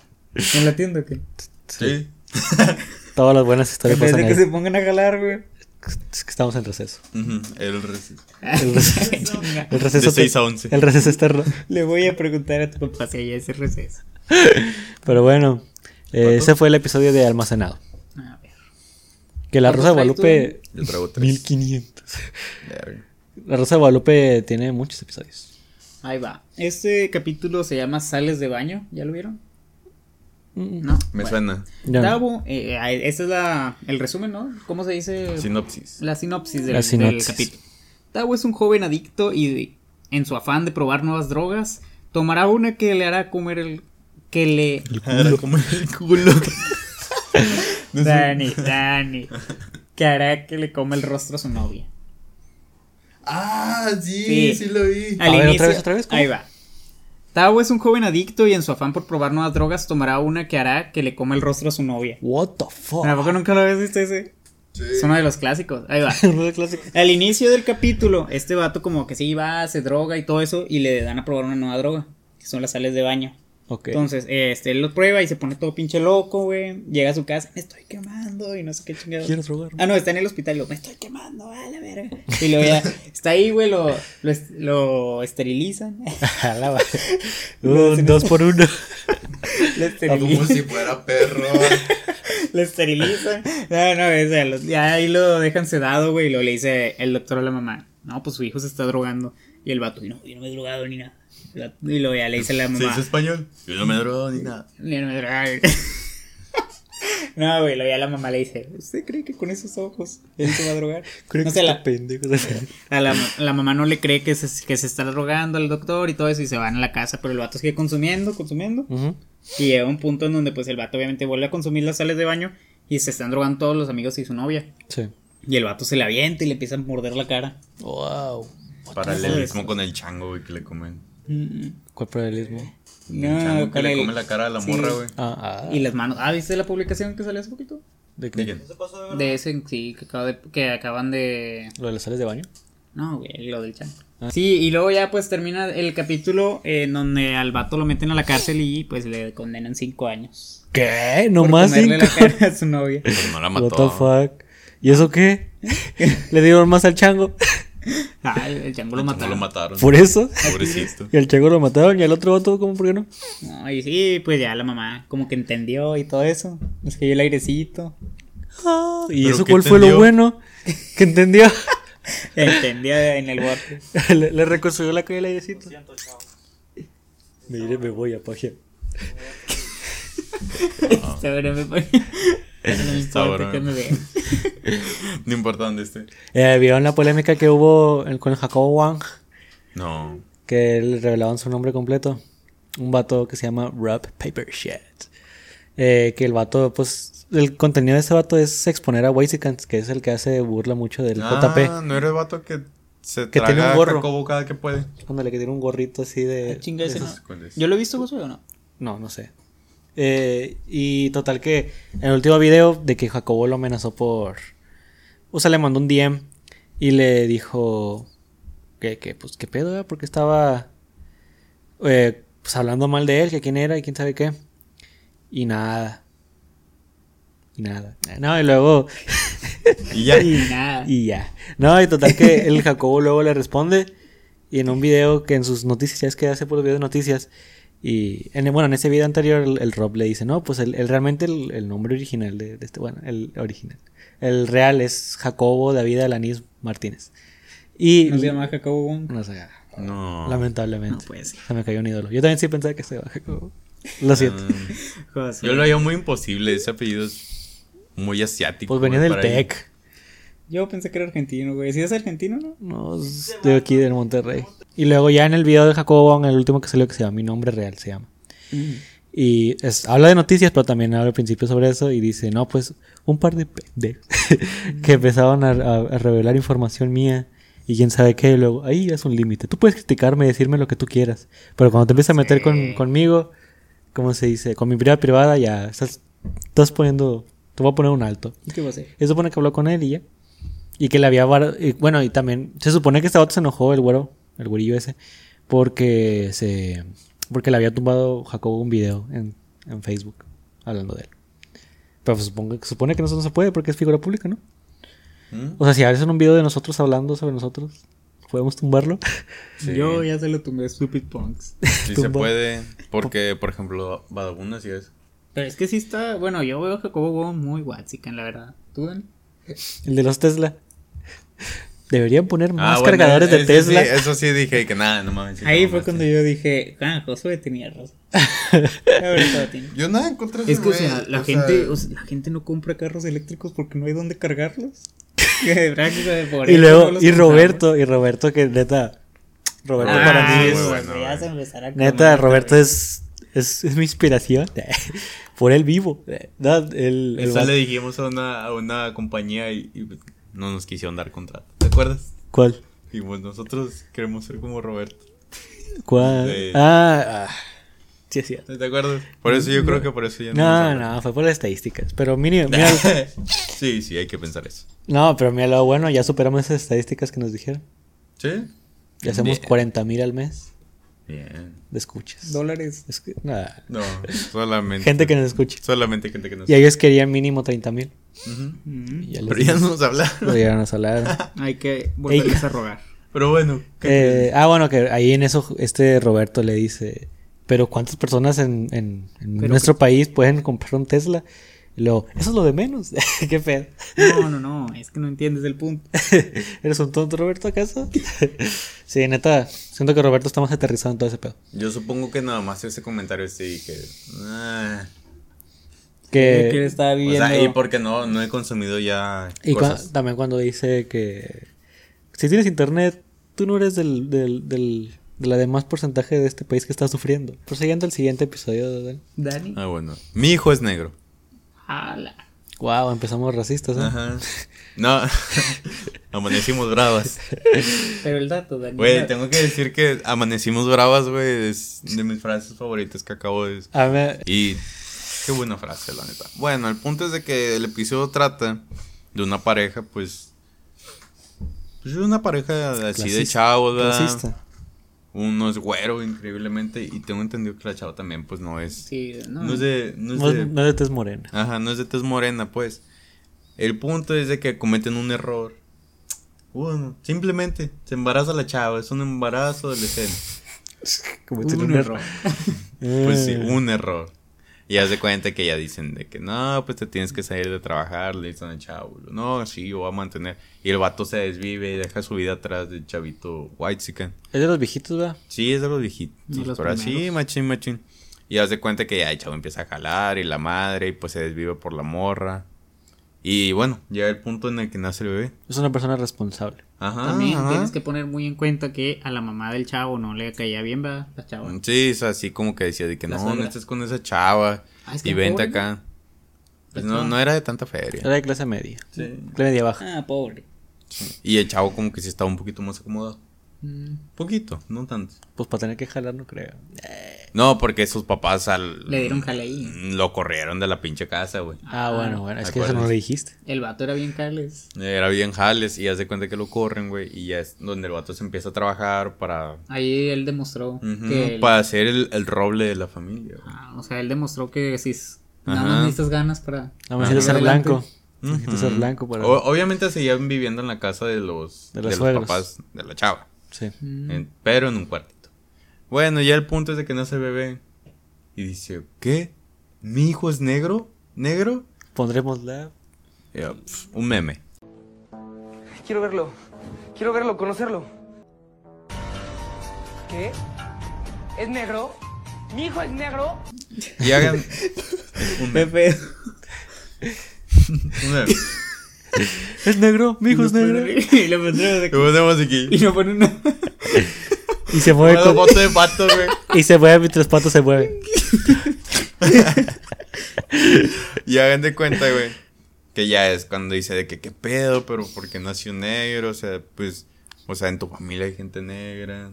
D: *laughs*
C: negro.
B: ¿En la tienda o qué?
C: Sí. *laughs*
D: Todas las buenas historias
B: En vez
D: pasan
B: de que
D: ahí.
B: se pongan a jalar, güey.
D: Es que estamos en receso.
C: Ujú, El racista.
D: El receso,
B: *laughs* Chinga.
D: el
C: De
D: receso, te-
C: 6 a 11.
D: el receso externo.
B: Le voy a preguntar a tu papá si hay ese receso.
D: Pero bueno, eh,
C: ¿Cuánto?
D: ese fue el episodio de Almacenado.
B: A ver.
D: Que la Rosa de
B: ¿Cuánto
D: Guadalupe...
C: Yo traigo 3.
D: 1500. La Rosa de Guadalupe tiene muchos episodios.
B: Ahí va. Este capítulo se llama Sales de baño. ¿Ya lo vieron?
D: Mm,
B: No.
C: Me
B: Bueno.
C: suena.
D: ya no.
B: Tabo, eh, eh, este es la, el resumen, ¿no? ¿Cómo se dice?
C: Sinopsis.
B: La sinopsis del,
D: La sinopsis.
B: del capítulo. Tavo es un joven adicto y en su afán de probar nuevas drogas, tomará una que le hará comer el... que le...
C: *laughs* Era como el
D: *laughs*
C: culo. *laughs*
B: Dani, Dani. Que hará que le coma el rostro a su novia.
C: Ah, sí,
B: Sí.
C: sí, lo vi.
D: A ver, otra vez, otra vez, ¿cómo?
B: Ahí va. Tao es un joven adicto y en su afán por probar nuevas drogas tomará una que hará que le coma el rostro a su novia.
D: What the fuck.
B: ¿A poco nunca lo habías visto ese? Es uno de los clásicos. Ahí va.
D: *laughs* Uno de clásicos.
B: Al inicio del capítulo, este vato como que sí va, se droga y todo eso, y le dan a probar una nueva droga, que son las sales de baño.
D: Ok.
B: Entonces, este, él lo prueba y se pone todo pinche loco, güey. Llega a su casa, me estoy quemando y no sé qué chingado.
D: Quiero drogarme.
B: Ah, no, está en el hospital y lo, me estoy quemando, a la verga. Y luego ya, está ahí, güey, lo, lo, est- lo *laughs* esterilizan.
D: *laughs* A la va- Un dos por
B: *laughs*
D: uno.
B: Lo esterilizan.
C: fuera
B: *laughs*
C: perro.
B: Lo esterilizan. No, no, o sea, los- ya ahí lo dejan sedado, güey. Y luego le dice el doctor a la mamá: No, pues su hijo se está drogando. Y el vato: No, yo no me he drogado ni nada. Y luego ya le dice la
C: ¿Se
B: mamá:
C: dice español? Yo no me drogo ni nada.
B: "Yo no me he drogado". *laughs* No, güey, lo ya la mamá le dice, ¿usted cree que con esos ojos él se va a drogar?
D: Creo
B: no
D: que
B: sé,
D: está
B: la, *laughs*
D: pendejo. o sea,
B: a la, la mamá no le cree que se, que se está drogando al doctor y todo eso y se van a la casa, pero el vato sigue consumiendo, consumiendo.
D: ujú.
B: Y llega un punto en donde pues el vato obviamente vuelve a consumir las sales de baño y se están drogando todos los amigos y su novia.
D: Sí.
B: Y el vato se la avienta y le empieza a morder la cara.
D: Wow.
C: Paralelismo con el chango, güey, que le comen.
B: Mm,
D: ¿Cuál paralelismo?
C: el
B: No,
C: chango que
B: con
C: le
B: el-
C: come la cara a la
B: sí.
C: morra, güey.
D: Ah, ah.
B: Y las manos. Ah, ¿viste la publicación que salió hace poquito?
D: ¿De
C: ¿De
D: qué?
B: *laughs*
C: quién?
B: De ese, sí, que, acaba de- que acaban de...
D: ¿Lo de las sales de baño?
B: No, güey, lo del chango.
D: Ah.
B: Sí, y luego ya pues termina el capítulo en donde al vato lo meten a la cárcel y pues le condenan cinco años.
D: ¿Qué?
B: Por
D: ¿Nomás
B: comerle
D: cinco?
B: la cara a su novia.
C: Pero no la
D: What
C: mató.
D: the fuck. ¿Y eso qué? *laughs* Le dieron más al chango. *laughs*
B: Ah, el el chango lo
C: Al chango
B: mataron.
C: lo mataron.
B: *laughs*
D: Por eso.
C: Pobrecito.
D: Y al chango lo mataron. Y al otro vato, ¿cómo por qué no?
B: No, y sí, pues ya la mamá como que entendió y todo eso. Les cayó el airecito.
D: Ah, ¿Y
C: ¿Pero
D: eso
C: qué
D: cuál fue lo
C: entendió? *laughs*
D: bueno? Que entendió. *laughs*
B: Entendió en
C: *laughs*
B: el bote.
D: le, le reconstruyó la calle la Me diré, me voy a paja.
B: Ahora me pone- No me
C: Ah. Está
B: importa
C: bueno.
B: que me vean.
C: *laughs* No importa dónde esté.
D: Eh, ¿Vieron la polémica que hubo en- con el Jacobo Wang?
C: No.
D: Que le revelaban su nombre completo. Un vato que se llama Rob Paper Shit. Eh, que el vato, pues, el contenido de ese vato es exponer a Waisicans, que es el que hace burla mucho del
C: Ah,
D: JP.
C: no era el vato que se
D: Que
C: traga
D: tiene un gorro.
C: Jacobo cada que puede.
D: Cuando le tiene un gorrito así de.
B: Ah, *laughs* chinga, ese
D: de-
B: no.
C: Esos cuales.
B: ¿Yo lo he visto, Josué, o no?
D: No, no sé. Eh, y total que en el último video de que Jacobo lo amenazó por... O sea, le mandó un DM y le dijo que, que pues, qué pedo, eh? porque estaba eh, pues, hablando mal de él, que quién era y quién sabe qué. Y nada. Y nada. No, y luego...
C: Y ya.
B: Y nada.
D: Y ya. No, y total que
B: *laughs*
D: el Jacobo luego le responde. Y en un video que en sus noticias, ya es que hace por videos de noticias. Y en, bueno, en ese video anterior el, el Rob le dice, no, pues el, el- realmente el, el nombre original de, de este, bueno, el original. El real es Jacobo David Alanis Martínez. Y...
B: ¿No se llama Jacobo Wong?
D: No sé,
C: No. Mm,
D: lamentablemente.
B: No puede ser.
D: Se me cayó un ídolo. Yo también sí pensaba que se llamaba Jacobo. Lo siento.
C: Ah,
B: Josué.
C: Yo lo veía muy imposible. Ese apellido es muy asiático.
D: pues venía
C: güey,
D: del
C: para él.
D: TEC.
B: Yo pensé que era argentino, güey. ¿Si es argentino, no?
D: No, estoy aquí del Monterrey. Y luego ya en el video de Jacobo, en el último que salió que se llama Mi Nombre Real, se llama.
B: Mm.
D: Y es- habla de noticias, pero también habla al principio sobre eso y dice, no, pues un par de pendejos *laughs* que empezaron a, a- a revelar información mía y quién sabe qué, y luego, ahí es un límite. Tú puedes criticarme, decirme lo que tú quieras, pero cuando te empiezas a meter con- conmigo, ¿cómo se dice? Con mi vida privada ya estás, estás poniendo, te voy a poner un alto.
B: ¿Y qué va a hacer?
D: Se supone que habló con él y ya. Y que le había... bar- y bueno, y también... Se supone que este vato se enojó, el güero, el güerillo ese, porque se... Porque le había tumbado Jacobo un video en, en Facebook hablando de él. Pero pues supongo, supone que eso no se puede porque es figura pública, ¿no?
C: ¿Mm?
D: O sea, si hacen un video de nosotros hablando sobre nosotros, ¿podemos tumbarlo? *laughs*
C: Sí.
B: Yo ya se lo tumbé a Stupid Punks.
C: Sí se
D: Tumba.
C: puede. Porque, por ejemplo, Badabun así es.
B: Pero es que sí está... Bueno, yo veo a Jacobo Wong muy guatsican, la verdad. ¿Tú, Dan?
D: El de los Tesla. Deberían poner
B: Ah,
D: más
C: Ah, bueno,
D: cargadores de
C: ese
D: Tesla.
C: sí, eso sí dije que nada, no mames. sí,
B: Ahí
C: no,
B: fue
C: mames,
B: cuando
C: sí.
B: yo dije, ah, Josué
C: *laughs*
B: tenía razón. Ahora todo tiene.
C: Yo nada encontré
B: Es que, o sea, la gente, o sea, la gente no compra carros eléctricos porque no hay dónde cargarlos. De verdad que, o sea, por
D: Y
B: eso
D: luego,
B: no los
D: y
B: compramos.
D: Roberto, y Roberto que neta... Roberto
B: Ah,
D: para mí es...
B: sí,
C: muy
B: güey,
C: bueno,
B: ya
C: güey.
B: se empezará a
D: Neta,
B: comer,
D: Roberto
B: güey.
D: es, es, es mi inspiración. *laughs* Por él vivo. No, el, el
C: Eso
D: vato-
C: le dijimos a una, a una compañía y, y no nos quisieron dar contrato. ¿Te acuerdas?
D: ¿Cuál?
C: Y pues nosotros queremos ser como Roberto.
D: ¿Cuál?
C: Sí.
D: Ah, ah. sí es cierto.
C: ¿Te acuerdas? Por eso yo creo que por eso ya
D: No,
C: nos hablan.
D: no, fue por las estadísticas. Pero
C: *laughs*
D: mínimo, mira,
C: Sí, sí, hay que pensar eso.
D: no, pero mira lo bueno, ya superamos esas estadísticas que nos dijeron.
C: ¿Sí?
D: Ya hacemos
C: Bien.
D: 40 mil al mes
C: Bien.
D: de escuchas.
B: Dólares.
D: Es que- nada.
C: No, solamente.
D: Gente que nos escucha.
C: Solamente gente que nos.
D: Y ellos querían mínimo 30 mil.
C: Ujú.
B: Mm.
D: Ya
C: Pero ya
D: les
C: no nos hablaron.
D: lo llegaron a
C: *laughs*
D: hablar.
B: Hay que volverles a rogar.
C: Pero bueno. ¿qué
D: Eh, ah, bueno, que ahí en eso este Roberto le dice, pero ¿cuántas personas en, en- en
B: Pero-
D: nuestro país pueden comprar un Tesla? Y luego, eso es lo de menos. *laughs* Qué pedo.
B: No, no, no, es que no entiendes el punto.
D: ¿Eres un tonto, Roberto, acaso? *laughs* sí, neta, siento que Roberto está más aterrizado en todo ese pedo.
C: eh, Yo supongo que nada más ese comentario sí que. ah,
D: Que,
B: que él estaba
C: O
B: viviendo.
C: sea, y porque no, no he consumido ya
D: Y cua-
C: cosas.
D: también cuando dice que si tienes internet, tú no eres del, del, del, de la demás porcentaje de este país que está sufriendo. Prosiguiendo el siguiente episodio de
B: Dani.
C: Ah, bueno. Mi hijo es negro.
B: Ala.
D: Wow, empezamos racistas. ¿eh?
C: Ajá. No, *laughs* amanecimos bravas.
B: Pero el dato, Dani.
C: Güey, tengo que decir que amanecimos bravas, güey, es de mis frases favoritas que acabo de...
D: A ver,
C: Y qué buena frase, la neta. Bueno, el punto es de que el episodio trata de una pareja, pues... Pues una pareja así de
D: Clasista.
C: chavos, ¿verdad?
D: racista.
C: Uno es güero, increíblemente, y tengo entendido que la chava también, pues, no es...
B: Sí, no.
C: No es de... No es
D: No,
C: de-
D: no eres tez morena.
C: Ajá, no es de tez morena, pues. El punto es de que cometen un error. Bueno, simplemente se embaraza la chava, es un embarazo adolescente.
D: Cometen
B: Un error.
C: Pues
D: Eh.
C: sí, un error. Y haz de cuenta que ya dicen de que no, pues te tienes que salir de trabajar, le dicen al chavo, no, sí, yo voy a mantener. Y el vato se desvive y deja su vida atrás del chavito white
D: Es de los viejitos, ¿verdad?
C: Sí, es de los
B: De
C: viejitos,
B: los
C: pero así,
B: primeros.
C: machín, machín. Y haz de cuenta que ya el chavo empieza a jalar y la madre, y pues se desvive por la morra. Y bueno, llega el punto en el que nace el bebé.
D: Es una persona responsable.
C: Ajá.
B: También
C: ajá.
B: tienes que poner muy en cuenta que a la mamá del chavo no le caía bien, ¿verdad? La chava.
C: Sí, es así como que decía de que
B: La
C: no, no
B: suegra.
C: estés con esa chava.
B: Ah, es que
C: y vente
B: pobre,
C: acá. Pues
B: La
C: no,
B: chava.
C: no era de tanta feria.
D: Era de clase media. Clase media baja.
B: Ah, pobre.
C: Y el chavo como que sí estaba un poquito más acomodado.
B: Mm.
C: Poquito, no tanto.
D: Pues para tener que jalar, no creo.
C: No, porque sus papás al-
B: Eh. Le dieron jale ahí.
C: lo corrieron de la pinche casa, güey.
D: Ah, bueno, bueno. Es que eso
C: acuerdas?
D: no lo dijiste.
B: El vato era bien Carles.
C: Era bien jales y hace cuenta que lo corren, güey. Y ya es donde el vato se empieza a trabajar para...
B: Ahí él demostró
C: Ujú,
B: que. él-
C: para hacer el, el roble de la familia, güey.
B: Ah, o sea, él demostró que si s- nada
C: Ajá.
B: más necesitas ganas para.
D: No me necesitas ser
B: Adelante.
D: blanco. Necesitas ser blanco para.
C: O- obviamente seguían viviendo en la casa de los,
D: De
C: de
D: los
C: los
D: suegros.
C: papás de la chava.
D: Sí.
C: en- pero en un cuartito. Bueno, ya el punto es de que nace el bebé. Y dice, ¿qué? ¿Mi hijo es negro? ¿Negro?
D: Pondremos la.
C: Y yo, "Pf, un meme.
E: Quiero verlo. Quiero verlo, conocerlo. ¿Qué? ¿Es negro? ¿Mi hijo es negro?
D: *laughs*
C: Y hagan un meme.
B: Pepe.
C: *laughs* Un meme.
D: Es negro, mi hijo es negro.
B: *laughs* y lo pondremos
C: Y
B: aquí.
C: ponemos aquí.
B: Y no ponen *laughs* una.
D: Y se mueve
C: Una
D: con-
C: foto de pato, güey.
D: Y se mueve mientras pato se *laughs* mueve.
C: Y hagan de cuenta, güey. Que ya es cuando dice de que qué pedo, pero porque nació negro? O sea, pues, o sea, en tu familia hay gente negra.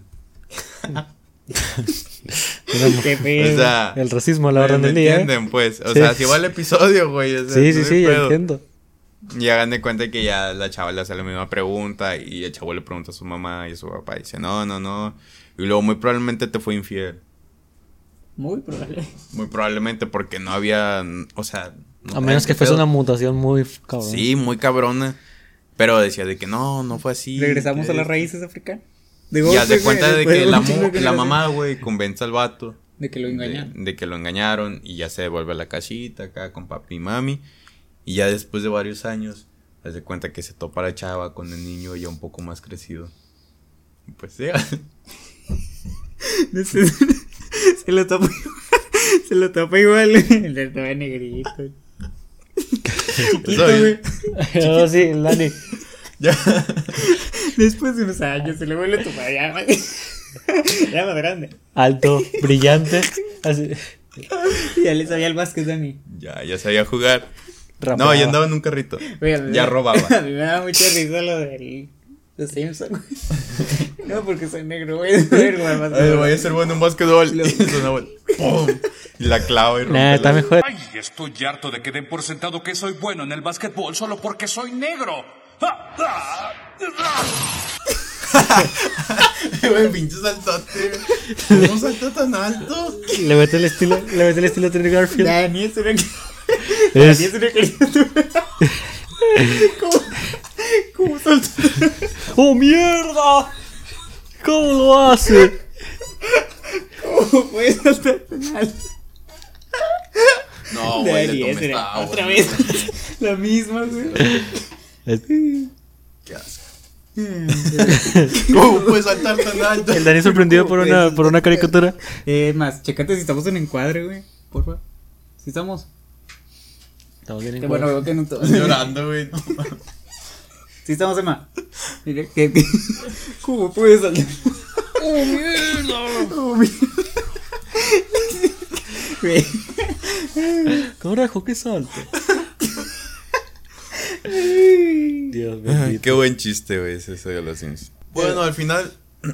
B: Qué
C: O
B: feo.
C: sea,
D: El racismo a la orden
C: ¿me
D: del día. ¿eh?
C: entienden, pues. O
D: Sí.
C: sea, si va el episodio, güey. o sea,
D: Sí,
C: no
D: sí,
C: hay
D: sí, ya
C: pedo.
D: entiendo.
C: Y hagan de cuenta que ya la chava le hace la misma pregunta y el chavo le pregunta a su mamá y a su papá y dice, no, no, no. Y luego muy probablemente te fue infiel.
B: Muy probable.
C: Muy probablemente porque no había, o sea... no
D: A menos
C: sabía
D: que
C: qué
D: fuese
C: pedo.
D: una mutación muy f- cabrón.
C: Sí, muy cabrona. Pero decía de que no, no fue así.
B: Regresamos
C: que-
B: a las raíces africanas.
C: Y haz de cuenta de que la, mu- la
B: mamá
C: mamá, güey, convence al vato
B: De que lo
C: de,
B: *laughs* engañaron.
C: de que lo engañaron y ya se devuelve a la casita acá con papi y mami. Y ya después de varios años, haz de cuenta que se topa la chava con el niño ya un poco más crecido. Y Pues sí, *laughs*
B: Se, se lo tapa igual. Se lo tapa igual. *laughs* Le estaba negrito. Chiquito,
C: Soy-
B: güey.
D: No, sí, el Dani.
C: ya.
B: Después de unos años se le vuelve a topar ya. *laughs* más- Ya más grande.
D: Alto, brillante. *laughs* Así.
B: Ya le sabía el básquet a mí.
C: ya, ya sabía jugar.
D: Rapeaba.
C: No, ya andaba en un carrito.
B: Oye, a mí
C: ya
B: me-
C: robaba.
B: *laughs* A mí me da mucha risa lo del. Los Simpson. *laughs* No, porque soy negro, güey. *laughs* Soy negro, además.
C: Ay, voy a ser bueno en básquetbol. *laughs* Y sonaba el ¡pum! Y la clava y rompe
D: Nah, está
C: la-
D: mejor.
F: Ay, estoy harto de que den por sentado que soy bueno en el básquetbol solo porque soy negro. ¡Ah! ¡Ah! ¡Ah!
C: Güey, pinche saltote. ¿Cómo saltó tan alto?
D: Le mete el estilo, le mete el estilo de Tony Garfield.
B: Dani es una. Dani es
D: Es,
B: una criatura. *laughs* ¿Cómo? ¿Cómo soltó?
D: ¡Oh, mierda! ¿Cómo lo hace?
B: ¿Cómo puede saltar tan alto?
C: No, güey,
B: Dani
C: le
B: es
C: tomé esta
B: una.
C: agua.
B: Otra vez. La misma, güey.
D: Es-
C: Qué asco. *laughs* ¿Cómo Uh, puede saltar tan alto?
D: El Dani sorprendido por una, por una caricatura.
B: Eh, más, checate si estamos en encuadre, güey. Porfa. Si estamos.
D: Estamos bien
B: Qué bueno,
D: encuadrados.
B: veo que no to-
C: Llorando, güey.
B: Sí, estamos en ma. Mira, que- *laughs* que- ¿Cómo pude salir? ¡Oh, mierda! Güey,
D: ¿Cómo dejó que
B: *laughs*
D: salte? Dios bendito.
C: Qué buen chiste, güey, ese soy de los Sims. Bueno, al final *clears throat*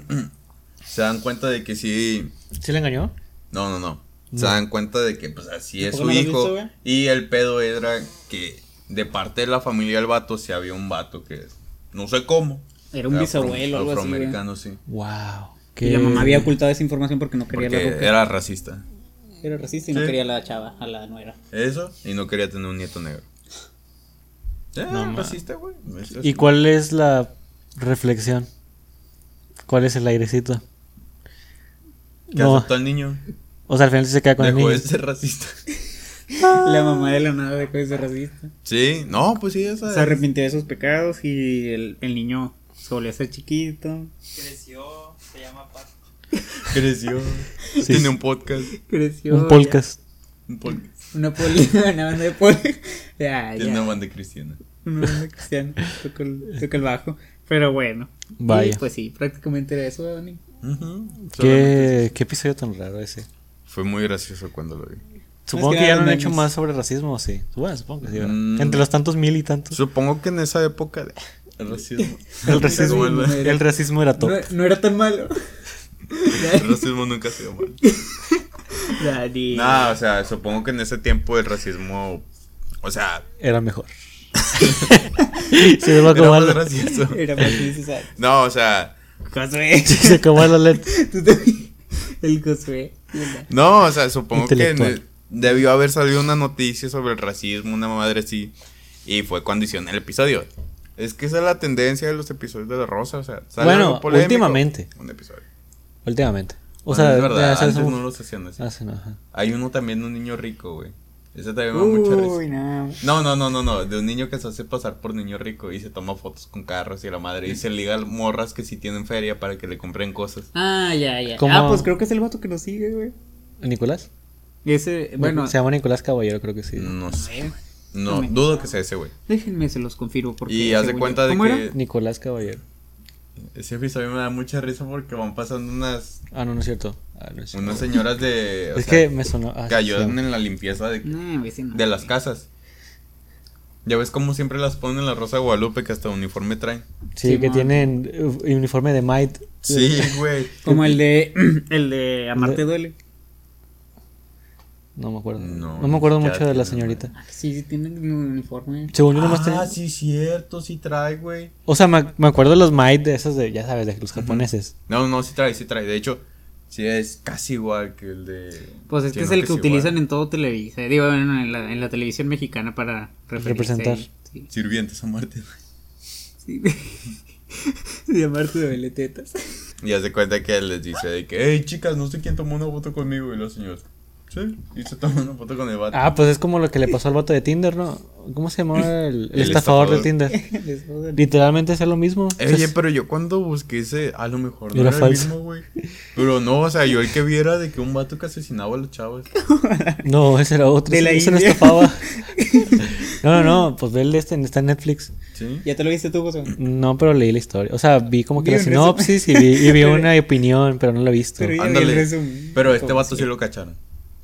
C: se dan cuenta de que sí.
D: ¿Sí le engañó?
C: No, no, no. Se dan cuenta de que pues así es
B: ¿Tampoco
C: su
B: no lo has
C: hijo.
B: visto, güey?
C: y el pedo era que de parte de la familia del vato sí había un vato que no sé cómo.
B: Era un
C: afro-
B: bisabuelo o algo así, güey.
C: Afroamericano, sí.
D: Wow.
B: Y la mamá había ocultado esa información porque no quería la
C: Porque
B: roca.
C: era racista.
B: Era racista y no
C: Sí.
B: quería a la chava, a la nuera.
C: Eso, y no quería tener un nieto negro. Eh,
D: No, ma.
C: racista, güey. Eso es-
D: ¿Y cuál es la reflexión? ¿Cuál es el airecito?
C: Que
D: No,
C: aceptó al niño.
D: o sea, al final sí se queda con el
C: Dejó
D: niño.
C: de ser racista.
B: La mamá de la nada dejó de ser racista.
C: Sí, no, pues sí, esa
B: Se arrepintió de sus pecados y el, el niño se volvió a ser chiquito.
A: Creció, se llama Paco.
C: creció. Tiene un podcast.
B: Creció.
D: Un podcast.
C: Un podcast.
B: ya. Una poli, *laughs* una banda de poli. Ah, Ya,
C: Tiene
B: ya.
C: una banda cristiana.
B: Una banda cristiana. Toca *laughs* el, toca el bajo. Pero bueno.
D: Vaya.
B: Y, pues sí, prácticamente era eso, Dani.
C: Solamente-
D: ¿Qué, qué episodio tan raro ese.
C: Fue muy gracioso cuando lo vi.
D: Supongo
B: que
D: que ya no han
B: memes.
D: hecho más sobre racismo, ¿o sí. Bueno, supongo que sí. ¿verdad?
C: Mm.
D: Entre los tantos mil y tantos.
C: Supongo que en esa época de... el racismo.
D: *laughs* El racismo,
C: Bueno,
B: era-
D: el racismo era
B: No,
D: top.
B: no era tan *laughs* malo.
C: el racismo nunca ha sido mal.
B: Dani.
C: Nada, o sea, supongo que en ese tiempo el racismo. O sea,
D: Era
C: *laughs*
D: mejor. se va a
C: era
D: acabar
C: más
D: la, *laughs*
C: gracioso.
B: Era más necesario.
C: No, o sea,
B: Josué.
D: se acabó la LED.
B: *laughs* Tú también. El Josué. Mira.
C: No, o sea, supongo que
D: Intelectual.
C: ne- debió haber salido una noticia sobre el racismo, una madre así. Y fue cuando hicieron el episodio. Es que esa es la tendencia de los episodios de La Rosa, o sea, sale
D: Bueno,
C: algo polémico,
D: últimamente.
C: Un episodio.
D: Últimamente. O
C: Bueno,
D: sea,
C: es verdad,
D: ya sabes
C: antes
D: cómo-
C: no los hacían así.
D: Ah, sí, no, ajá.
C: Hay uno también de un niño rico, güey. Ese también me da mucha
B: Uy,
C: risa.
B: no.
C: No, no, no, no, no, de un niño que se hace pasar por niño rico y se toma fotos con carros y la madre y se liga a morras que sí tienen feria para que le compren cosas.
B: Ah, ya, ya.
D: ¿Cómo?
B: Ah, pues creo que es el vato que nos sigue, güey.
D: ¿Nicolás?
B: Ese, bueno,
D: Se llama Nicolás Caballero, creo que sí.
C: No
B: a
C: sé.
B: ver,
C: No, dudo que sea ese, güey.
B: déjenme se los confirmo porque
C: Y haz de
B: según
C: cuenta
B: yo-
C: de
B: ¿Cómo
C: que
B: era?
D: Nicolás Caballero.
C: Ese episodio me da mucha risa porque van pasando unas,
D: Ah, no, no es cierto. Ah, no es cierto.
C: unas señoras de. o
D: es
C: sea,
D: que me sonó. ah,
C: que ayudan
D: sí,
C: en la limpieza de,
B: No, ese no.
C: de las casas. Ya ves cómo siempre las ponen en la Rosa de Guadalupe que hasta uniforme traen.
D: Sí,
B: Simón.
D: que tienen eh, uniforme de Might.
C: Sí, güey.
B: Como el de el de Amarte duele.
D: No me acuerdo.
C: No,
D: No, me acuerdo
C: ya
D: mucho de la
C: tienen,
D: señorita.
B: Ah, Sí, sí tienen un uniforme.
D: Según yo nomás tenía-
C: Ah, sí, cierto, sí trae, güey.
D: O sea, me, me acuerdo de los Might de esos de, ya sabes, de los japoneses.
C: No, no, sí trae, sí trae. De hecho, sí es casi igual que el de.
B: Pues este
C: sí,
B: es
C: no,
B: el que
C: es igual.
B: utilizan en todo Televisa, digo, bueno, en la, en la televisión mexicana para referirse
D: Representar.
B: ahí. Sí,
C: Sirvientes a muerte.
B: sí. *laughs* de Amarte duele tetas.
D: *laughs*
C: Y hace cuenta que les dice de que, hey chicas, no sé quién tomó una foto conmigo. Y los señores, sí, y se tomó una foto con el vato.
D: Ah, pues es como lo que le pasó al vato de Tinder, ¿no? ¿Cómo se llamaba
B: *laughs*
D: el, el
C: El
D: estafador, de
C: estafador.
D: Tinder?
B: Les jodan.
D: Literalmente es lo mismo.
B: Eh,
C: Oye,
D: Entonces,
C: pero yo cuando busqué ese, a lo mejor no
D: Era
C: era, el
D: falso.
C: mismo, güey. Pero no, o sea, yo el que viera de que un vato que asesinaba a los chavos.
D: *laughs* No, ese era otro.
B: De
D: ese-
B: la
D: ese no
B: India. *laughs*
D: estafaba. no, no, no. Pues ve el de este, está en Netflix.
C: ¿Sí?
B: *laughs* Ya te lo viste tú, José.
D: No, pero leí la historia. O sea, vi como que
B: Vi
D: la
B: un resumen.
D: sinopsis y vi, y
B: *laughs*
D: vi una opinión, pero no la he visto.
B: Pero ya- vi el
C: Ándale.
B: resumen.
C: Pero este
B: Como
C: vato sí lo cacharon.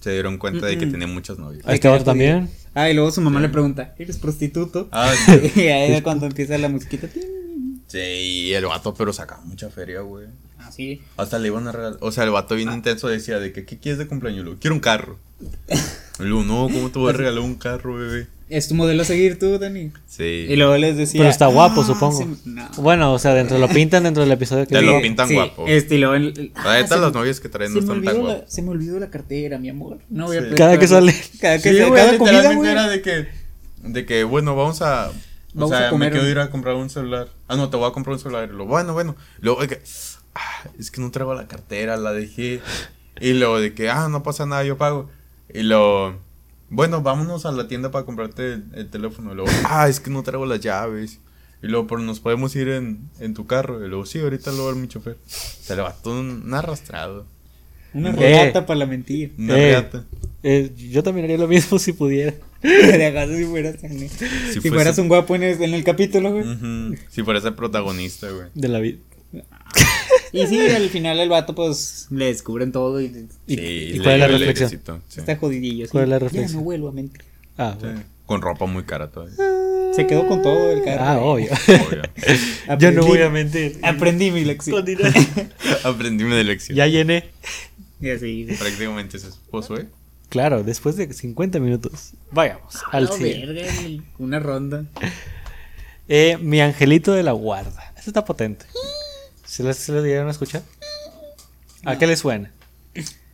C: Se dieron cuenta de que tenía muchas novias.
D: ¿A este vato también?
B: Ah, y luego su mamá le pregunta, ¿eres prostituto? *laughs*
C: Ah,
B: y ahí era cuando empieza la musiquita.
C: sí, y el vato, pero sacaba mucha feria, güey.
B: Así.
C: Hasta le iban a regalar. O sea, el vato
B: Ah.
C: bien intenso decía de que, ¿qué quieres de cumpleaños? Lu? Quiero un
B: *laughs*
C: carro. Y Lu, no, ¿cómo te voy
B: Pues
C: a regalar un carro, bebé?
B: Es tu modelo a seguir tú, Dani.
C: Sí.
B: Y luego les decía.
D: Pero está guapo,
B: "Ah,
D: supongo.
B: sí, no".
D: Bueno, o sea, dentro lo pintan dentro del episodio que
C: Te
D: vi.
C: lo pintan guapo.
B: Este, y luego el- el-
C: La neta,
B: se-
C: las novias que traen no
B: se me
C: están tan
B: olvidó la-
C: guapas.
B: Se me olvidó la cartera, mi amor. No voy a
C: Sí.
B: poder
D: Cada que
B: traerla.
D: sale.
B: Cada que
C: Sí,
B: sale.
C: güey,
B: cada comida,
C: literalmente
B: güey.
C: era de que, de que, bueno, vamos a.
B: Vamos
C: o sea,
B: a comer.
C: me quiero ir a comprar un celular. Ah, no, te voy a comprar un celular. Y Lo, bueno, bueno. Luego, de que, ah, es que no traigo la cartera, la dejé. Y luego de que, ah, no pasa nada, yo pago. Y lo, bueno, vámonos a la tienda para comprarte el, el teléfono. Y luego, ah, es que no traigo las llaves. Y luego, pero nos podemos ir en, en tu carro. Y luego, sí, ahorita lo va mi chofer. Se le va todo un, un arrastrado.
B: Una
D: Eh.
B: regata para la mentira. *laughs*
C: Una
D: Eh,
C: reata.
D: eh, yo también haría lo mismo *laughs* si pudiera.
B: Sería caso si fueras, si Mm.
C: fuese-
B: fueras un guapo en el, en el capítulo, güey.
C: Ujú. Si fuera el protagonista, güey.
D: de la vida.
B: Y sí, al final el vato, pues, le descubren todo y
D: ¿Y,
C: Sí,
D: y
C: le-
D: cuál es la
C: le- le
D: reflexión?
C: recito, sí.
B: está jodidillo. sí.
D: ¿Cuál es la
B: Ya
D: reflexión?
B: no vuelvo a mentir.
D: Ah,
C: Sí.
D: bueno.
C: Con ropa muy cara todavía.
B: Se quedó con todo el carro.
D: Ah,
B: *laughs*
D: obvio.
C: obvio. *laughs*
D: Yo no voy a mentir.
B: Aprendí mi lección.
C: Aprendí mi lección.
D: Ya llené.
B: *laughs* Y así, güey.
C: Prácticamente es esposo, ¿eh?
D: Claro, después de 50 minutos. Vayamos al
B: Ah, No,
D: siguiente.
B: verga, güey. Una ronda.
D: Eh, mi angelito de la guarda. Este está potente. ¿Se lo, se lo llegaron a escuchar? ¿A qué le suena?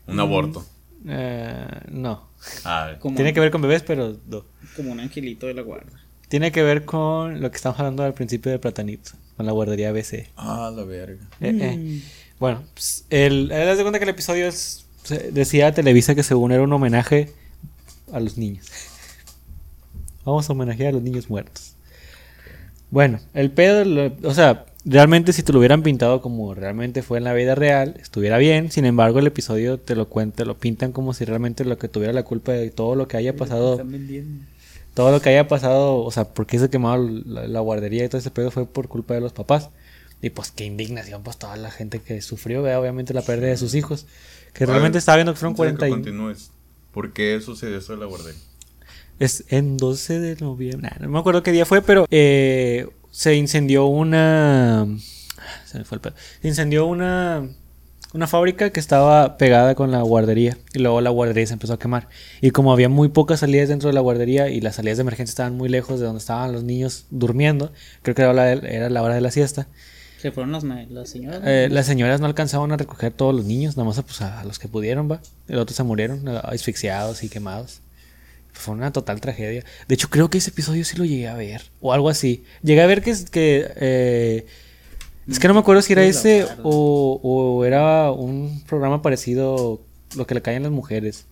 C: Un
D: Mm.
C: aborto.
D: Eh, no.
C: Ah,
B: Como,
D: Tiene que ver con bebés, pero no.
B: como un angelito de la guarda.
D: Tiene que ver con lo que estamos hablando al principio de Platanito, con la guardería BC. Eh,
C: ah, la verga.
B: Mm.
D: eh. Bueno, pues, el, eh, haz de cuenta que el episodio es, se- decía Televisa que según era un homenaje a los niños. Vamos a homenajear a los niños muertos. Bueno, el pedo, lo- o sea, realmente si te lo hubieran pintado como realmente fue en la vida real, estuviera bien. Sin embargo, el episodio te lo cuenta, lo pintan como si realmente lo que tuviera la culpa de todo lo que haya pasado
B: Están vendiendo.
D: todo lo que haya pasado, o sea, porque se quemaba la, la guardería y todo ese pedo fue por culpa de los papás. Y pues qué indignación, pues toda la gente que sufrió, ¿verdad? obviamente la pérdida de sus hijos. Que realmente estaba viendo que fueron 40
C: y...
D: y...
C: continúes. ¿Por qué sucedió eso de la guardería?
D: Es en 12 de noviembre, nah, no me acuerdo qué día fue, pero eh, se incendió una... Se me fue el pedo. Se incendió una... Una fábrica que estaba pegada con la guardería y luego la guardería se empezó a quemar. Y como había muy pocas salidas dentro de la guardería y las salidas de emergencia estaban muy lejos de donde estaban los niños durmiendo, creo que era la, era la hora de la siesta,
B: Se fueron las, ma- las señoras.
D: eh, las señoras no alcanzaban a recoger todos los niños, nada más a, pues, a los que pudieron, va. Los otros se murieron eh, asfixiados y quemados. Pues, Fue una total tragedia. De hecho, creo que ese episodio sí lo llegué a ver. O algo así. Llegué a ver que... es- que eh, es que no me acuerdo si era ese o, o era un programa parecido... Lo que le caen las mujeres.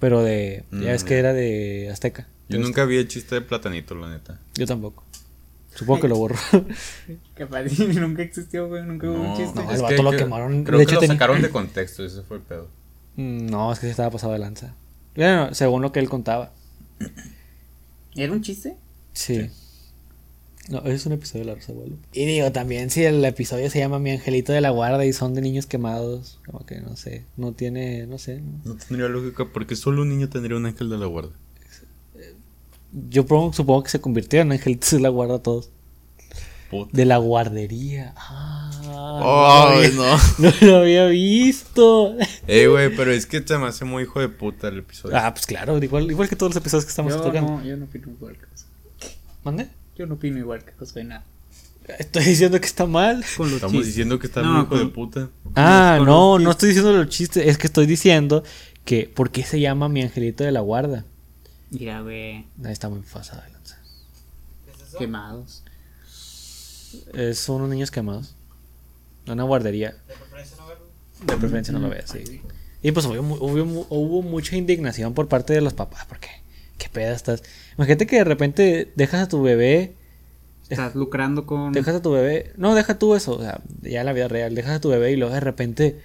D: Pero de... Ya ves que era de Azteca.
C: Yo nunca vi el chiste de platanito, la neta.
D: Yo tampoco. Supongo que lo borro. *laughs*
B: Capaz *laughs* nunca existió, güey. Nunca hubo un chiste.
D: no, el vato lo
C: creo-
D: quemaron.
C: Creo
D: De
C: que
D: hecho,
C: lo
D: tenía-
C: sacaron de contexto, ese fue el pedo.
D: Mm, no, es que se estaba pasado de lanza. Bueno, según lo que él contaba.
B: ¿Era un chiste?
D: Sí. No, es un episodio de La Rosa de Guadalupe. Y digo, también si el episodio se llama Mi Angelito de la Guarda y son de niños quemados, como que no sé, no tiene, no sé. no.
C: No tendría lógica porque solo un niño tendría un ángel de la guarda.
D: Yo pro- supongo que se convirtieron en Angelitos de la Guarda todos.
C: Puta.
D: De la guardería. Ah,
C: Ay, no.
D: *laughs* no lo había visto.
C: Ey, Eh, güey, pero es que se me hace muy hijo de puta el episodio.
D: Ah, pues claro, igual, igual que todos los episodios que estamos
B: Yo
D: tocando.
B: no, yo no opino igual que José.
D: ¿Mande?
B: Yo no opino igual que José de nada.
D: Estoy diciendo que está mal.
B: Con los
C: Estamos
B: chistes.
C: diciendo que está
B: No,
C: muy hijo
B: con-
C: de puta.
D: Ah,
B: Con
D: no,
B: los
D: no estoy diciendo los chistes, es que estoy diciendo que ¿por qué se llama mi angelito de la guarda?
B: Mira, güey.
D: Ahí está muy pasada de lanza.
B: Quemados.
D: Eh, son unos niños quemados. En Una guardería. De preferencia no lo veas. sí. Y pues hubo, mu- hubo mu- hubo mucha indignación por parte de los papás, porque qué peda estás. Imagínate que de repente dejas a tu bebé,
B: Estás lucrando con.
D: dejas a tu bebé, no, deja tú eso, o sea, ya en la vida real, dejas a tu bebé y luego de repente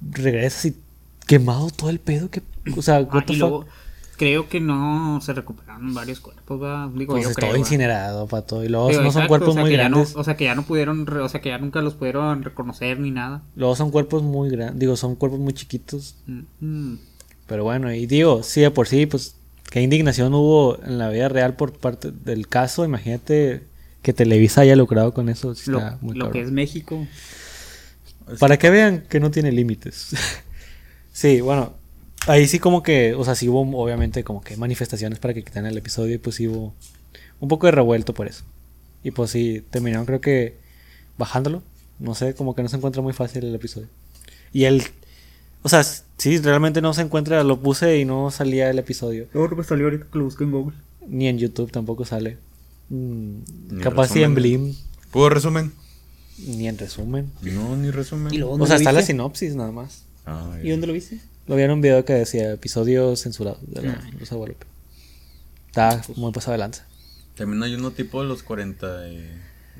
D: regresas y quemado todo el pedo, que, o sea,
B: Ah,
D: what the
B: y
D: fuck.
B: luego, creo que no se recuperaron varios cuerpos, va. Digo,
D: Pues
B: yo
D: es
B: creo.
D: todo
B: va.
D: incinerado, pato. Y luego
B: Digo,
D: no son
B: exacto,
D: cuerpos
B: o sea,
D: muy
B: que ya no-
D: grandes.
B: o sea, que ya no pudieron. re- o sea, que ya nunca los pudieron reconocer ni nada.
D: Luego son cuerpos muy grandes. Digo, son cuerpos muy chiquitos.
B: Mm, mm.
D: Pero bueno, y digo, sí, de por sí, pues qué indignación hubo en la vida real por parte del caso. Imagínate que Televisa haya logrado con eso. sí
B: Lo,
D: está muy
B: lo que
D: cabrón.
B: es México.
D: Para que vean que no tiene límites. *laughs* sí, bueno. Ahí sí como que, o sea, sí hubo obviamente como que manifestaciones para que quitaran el episodio y pues sí hubo un poco de revuelto por eso. Y pues sí, terminaron creo que bajándolo. No sé, como que no se encuentra muy fácil el episodio. Y el... O sea, sí, realmente no se encuentra, lo puse y no salía el episodio.
B: No, pues salió ahorita que lo busco en Google.
D: Ni en YouTube tampoco sale. Mm,
C: Ni
D: capaz sí en Blim,
C: resumen. ¿Puedo resumen?
D: ni en resumen.
C: No, ni resumen. Ah,
D: O sea, está la sinopsis nada más.
C: Ay,
B: ¿Y dónde lo viste?
D: Lo vi en un video que decía episodio censurado de la
B: Ah.
D: Rosa de Guadalupe. Está muy pasado de lanza.
C: También hay uno tipo de los 40 y-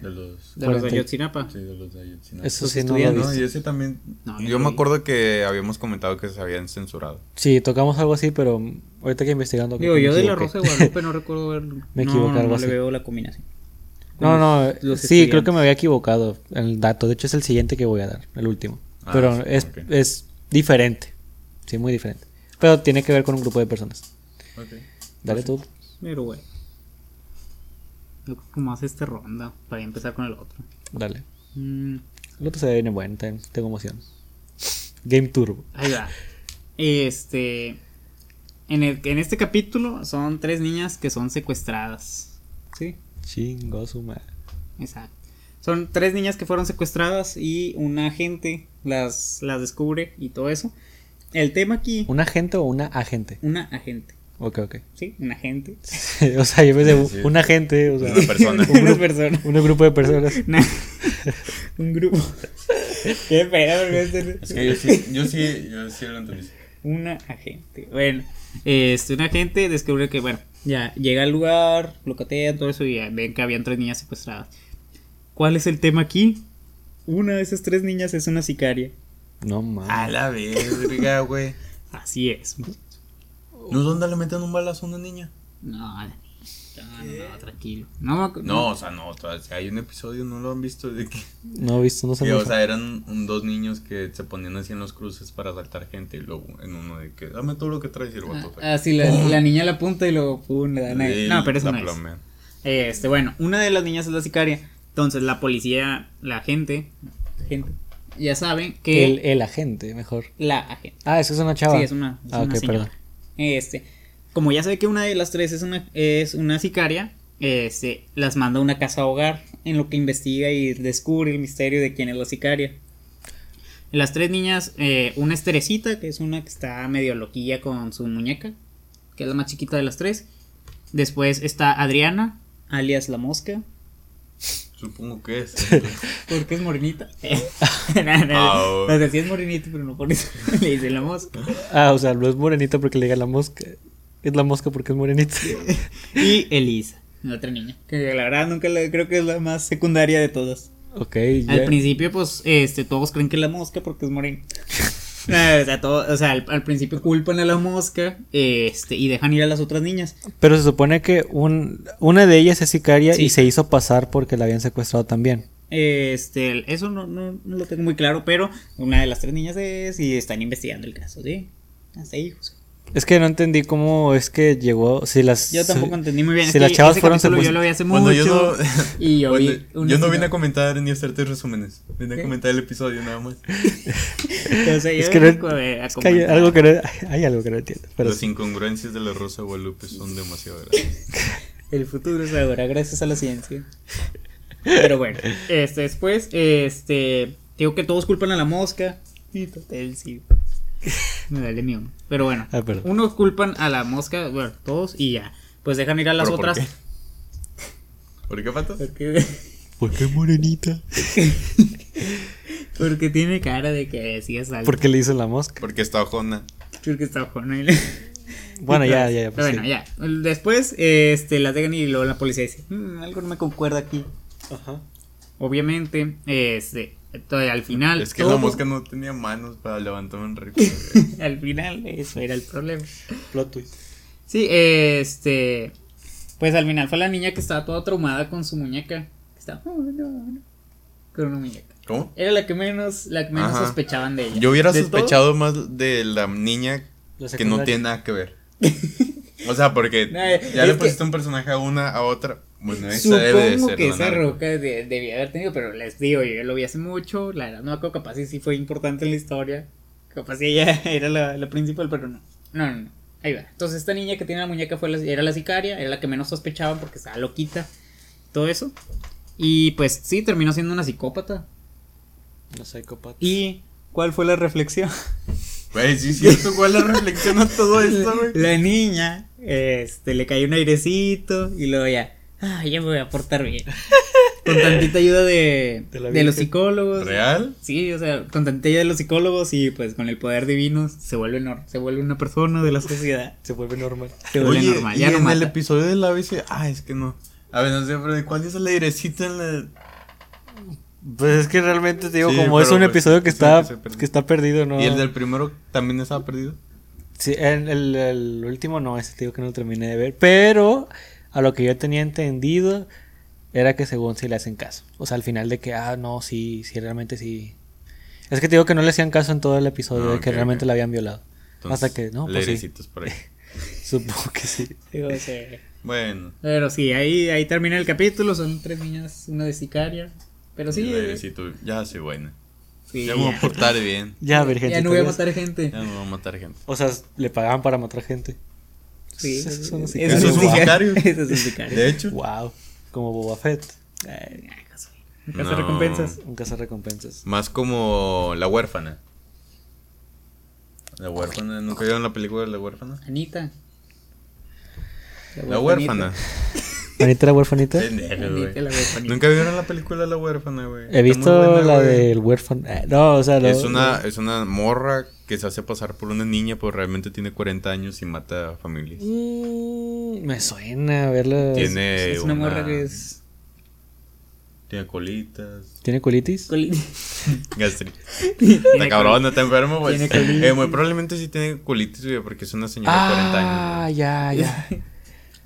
C: De los.
B: De los de
D: Cuarenta y-
B: Ayotzinapa.
C: Sí, de los de Ayotzinapa. Ah,
D: Eso
B: Los
D: sí, no lo
B: estudiantes.
C: No,
D: viste.
C: y ese también.
B: No, yo
C: yo
B: no
C: me
B: vi.
C: acuerdo que habíamos comentado que se habían censurado.
D: Sí, tocamos algo así, pero ahorita que investigando. creo
B: Digo,
D: que me
B: yo de la
D: equivoqué.
B: Rosa de Guadalupe no recuerdo ver.
D: *laughs* Me
B: no,
D: equivoqué,
B: no,
D: algo
B: no
D: así.
B: le veo la combinación.
D: No, no,
B: pues, Los
D: sí, creo que
B: estudiantes.
D: me había equivocado el dato. De hecho, es el siguiente que voy a dar, el último.
C: Ah,
D: Pero
C: sí,
D: es,
C: ok.
D: es diferente. Sí, muy diferente. Pero tiene que ver con un grupo de personas. Dale tú.
B: Pero bueno. Yo creo que más esta ronda para empezar con el otro.
D: Dale.
B: Mm,
D: El otro se viene bueno, te- tengo emoción. Game Turbo.
B: ahí va. Este. En, el, en este capítulo son tres niñas que son secuestradas. ¿Sí?
D: Chingo su madre.
B: Exacto. Son tres niñas que fueron secuestradas y un agente las, las descubre y todo eso. El tema aquí.
D: ¿Un agente o una agente?
B: Una agente.
D: Ok, ok.
B: ¿Sí?
D: *laughs*
B: Un agente.
D: o sea, yo pensé,
C: Sí.
D: un agente, o sea,
C: Una
B: *laughs*
C: persona.
B: Una persona.
D: *laughs* un grupo de
C: *laughs*
D: personas.
B: Una- un grupo. *laughs* Qué pedo, güey, este-
C: Es que yo sí, yo sí, yo sí lo entendí.
B: Una agente. Bueno, este, un agente descubre que, bueno, ya llega al lugar, lo catean, todo eso, y ya ven que habían tres niñas secuestradas. ¿Cuál es el tema aquí? Una de esas tres niñas es una sicaria.
D: No
C: A
D: mames.
C: la verga, güey.
B: Así es. mu-
C: ¿No dónde le meten un balazo a una niña?
B: No, Dani, no, no, no, tranquilo. No, me acu-
C: No, o sea, no. o sea, si hay un episodio, no lo han visto. De que,
D: No he visto, no sé.
C: que,
D: mucho.
C: o sea, eran un- dos niños que se ponían así en los cruces para saltar gente. Y luego en uno de que, dame todo lo que traes y el vato. fue.
B: Ah, sí, la, la niña la apunta y luego pum, le dan a
C: Y
B: él. No, pero eso
C: la
B: no es.
C: plomean.
B: Este, bueno, una de las niñas es la sicaria. Entonces la policía, la gente, gente ya saben que
D: el, el agente, mejor.
B: la agente.
D: Ah, es que es una chava.
B: Sí, es una, es
D: Ah,
B: una
D: ok,
B: señora.
D: perdón.
B: Este, como ya sabe que una de las tres es una, es una sicaria, este, las manda a una casa hogar en lo que investiga y descubre el misterio de quién es la sicaria. Las tres niñas, eh, una es Teresita, que es una que está medio loquilla con su muñeca, que es la más chiquita de las tres. Después está Adriana, alias la mosca,
C: Supongo que es.
B: Porque es morenita. *laughs* no, no,
C: Ah,
B: no, o sea, sí es morenita, pero no por eso *laughs* le dicen la mosca.
D: Ah, o sea, no es morenita porque le diga la mosca. Es la mosca porque es morenita.
B: Y Elisa, la otra niña. Que la verdad nunca la, creo que es la más secundaria de todas.
D: *laughs* ok,
B: Al
D: ya.
B: principio, pues, este, todos creen que es la mosca porque es *laughs* morena. No, o sea, todo- o sea, al, al principio culpan a la mosca este, y dejan ir a las otras niñas.
D: Pero se supone que un, una de ellas es sicaria
B: Sí.
D: y se hizo pasar porque la habían secuestrado también.
B: Este, el- eso no, no, no lo tengo muy claro, pero una de las tres niñas es y están investigando el caso, ¿sí? Hasta ahí, José.
D: Es que no entendí cómo es que llegó. Si las.
B: Yo tampoco entendí muy bien.
D: Si
B: es
D: las
B: que
D: chavas
B: ese
D: fueron pues,
B: capítulo yo
D: secuest-
B: lo vi *laughs* hace
C: Bueno,
B: mucho.
C: yo no,
D: *laughs*
B: y yo
C: bueno,
B: vi una
C: yo no vine
B: escena.
C: a comentar ni a hacerte resúmenes. Vine a comentar el episodio nada más.
B: Entonces, yo
D: Es que, no-
B: vengo a- a
D: es que hay
B: comentar.
D: algo que no, *laughs* hay algo que no entiendo. Pero
C: Las incongruencias de la Rosa de Guadalupe son demasiado grandes.
B: El futuro es ahora, gracias a la ciencia. Pero bueno, este, después, este, digo que todos culpan a la mosca. Y total, sí. Me duele mi hombro. Pero bueno,
D: Ah, perdón.
B: unos culpan a la mosca, bueno, todos y ya. Pues dejan ir a las
C: ¿Pero por
B: otras.
C: qué? ¿Por qué, Pato?
B: Porque,
D: ¿Por qué *laughs* morenita?
B: porque tiene cara de que decías algo.
D: Porque le hizo la mosca.
C: Porque está ojona.
B: Porque está con él.
D: Bueno, ya, ya, ya.
B: Pero
D: pues sí.
B: bueno, ya. Después, este, las dejan y luego la policía dice, "Mm, algo no me concuerda aquí.
D: Ajá.
B: Obviamente, este, to- al final.
C: Es que
B: todo-
C: la mosca no tenía manos para levantar un rifle.
B: Al final, eso era el problema.
D: Plot twist.
B: Sí, este. Pues al final fue la niña que estaba toda traumada con su muñeca. que Estaba. "Oh, no, no", Con una muñeca.
C: *laughs* ¿Cómo?
B: Era la que menos, la que menos
C: Ajá.
B: sospechaban de ella.
C: Yo hubiera
B: De
C: sospechado más de la niña
D: La
C: que no
D: secundaria.
C: tiene nada que ver. O sea, porque
B: *laughs* No, eh,
C: ya le
B: es
C: pusiste
B: que-
C: un personaje a una, a otra. Bueno, esa
B: Supongo
C: debe de ser.
B: que
C: la
B: esa
C: narco.
B: roca de- debía haber tenido, pero les digo, yo lo vi hace mucho, la verdad no me acuerdo, capaz y sí fue importante en la historia, capaz y *laughs* ella era la, la principal, pero no. no, no, no, ahí va. Entonces esta niña que tiene la muñeca fue la- era la sicaria, era la que menos sospechaban porque estaba loquita, todo eso, y pues sí, terminó siendo una psicópata.
D: No sé, copa.
B: ¿Y cuál fue la reflexión?
C: Güey, sí, es cierto, ¿cuál es la reflexión a todo esto, güey?
D: *laughs*
B: La niña, este, le cayó un airecito y luego ya, ah, ya me voy a portar
C: *laughs*
B: bien. Con tantita ayuda de,
D: De la
B: de
D: Virgen.
B: los psicólogos.
C: ¿Real?
B: Sí, o sea, con tanta ayuda de los psicólogos y pues con el poder divino se vuelve, nor- se vuelve una persona de la sociedad.
D: Se vuelve normal.
B: Se vuelve
C: Oye,
B: normal,
C: y
B: ya no
C: en el
B: mata.
C: episodio de la ABC, ah, es que no. A ver, no sé, pero ¿cuál es la airecita en la.?
D: Pues es que realmente te digo,
C: Sí,
D: como es
C: pero
D: un
C: pues,
D: episodio que
C: es un
D: está,
C: episodio perdido.
D: que está perdido, ¿no?
C: ¿Y el del primero también estaba perdido?
D: Sí, el, el- el último no, ese te digo que no lo terminé de ver. Pero a lo que yo tenía entendido era que según si le hacen caso. O sea, al final de que, ah, no, sí, sí, realmente sí. Es que te digo que no le hacían caso en todo el episodio,
C: Ah,
D: de que
C: ok,
D: realmente
C: ok.
D: la habían violado.
C: Entonces,
D: Hasta que, no,
C: la
D: pues sí.
C: airecita
D: *laughs*
C: es por ahí.
D: Supongo que sí.
B: Digo, sí.
C: Bueno.
B: Pero sí, ahí, ahí termina el capítulo. Son tres niñas, una de sicaria. Pero sí.
C: la airecita, ya soy buena.
B: sí,
C: ya me voy a
B: ya,
C: portar bien.
D: Ya, Virgen.
B: ya no voy a matar gente.
C: Ya no voy a matar gente.
D: O sea, le pagaban para matar *laughs* gente.
B: Sí,
D: Esos son los sicarios.
B: esos
C: Esos
B: son
C: *laughs*
B: sicarios.
C: sicarios.
B: Esos son sicarios.
C: De hecho,
D: Wow. Como Boba Fett.
B: Ay, ay, caso- caso
C: No.
B: recompensas.
D: Un *laughs* recompensas.
C: más como La huérfana. La huérfana, ¿nunca vieron la película de La huérfana?
B: Anita.
C: La huérfana.
D: ¿Manita la huérfanita?
C: Pendejo, güey.
B: Anita, la huérfanita.
C: Nunca vieron la película La huérfana, güey.
D: He
C: Está muy
D: visto
C: buena,
D: la
C: güey.
D: del huérfano. Eh, No, o sea, lo-
C: Es una, es una morra que se hace pasar por una niña, pero realmente tiene 40 años y mata a familias.
D: Mm, me suena verla. Eh,
C: Tiene
B: Es una morra que es.
C: Tiene colitas.
D: ¿Tiene colitis?
B: coli-
C: Gastritis.
B: Tiene *laughs*
C: Está cabrón, está enfermo, pues.
B: Tiene colitis.
C: Eh, muy probablemente sí tiene colitis, güey, porque es una señora de 40
D: Ah,
C: años.
D: ya, ya.
C: *laughs* güey.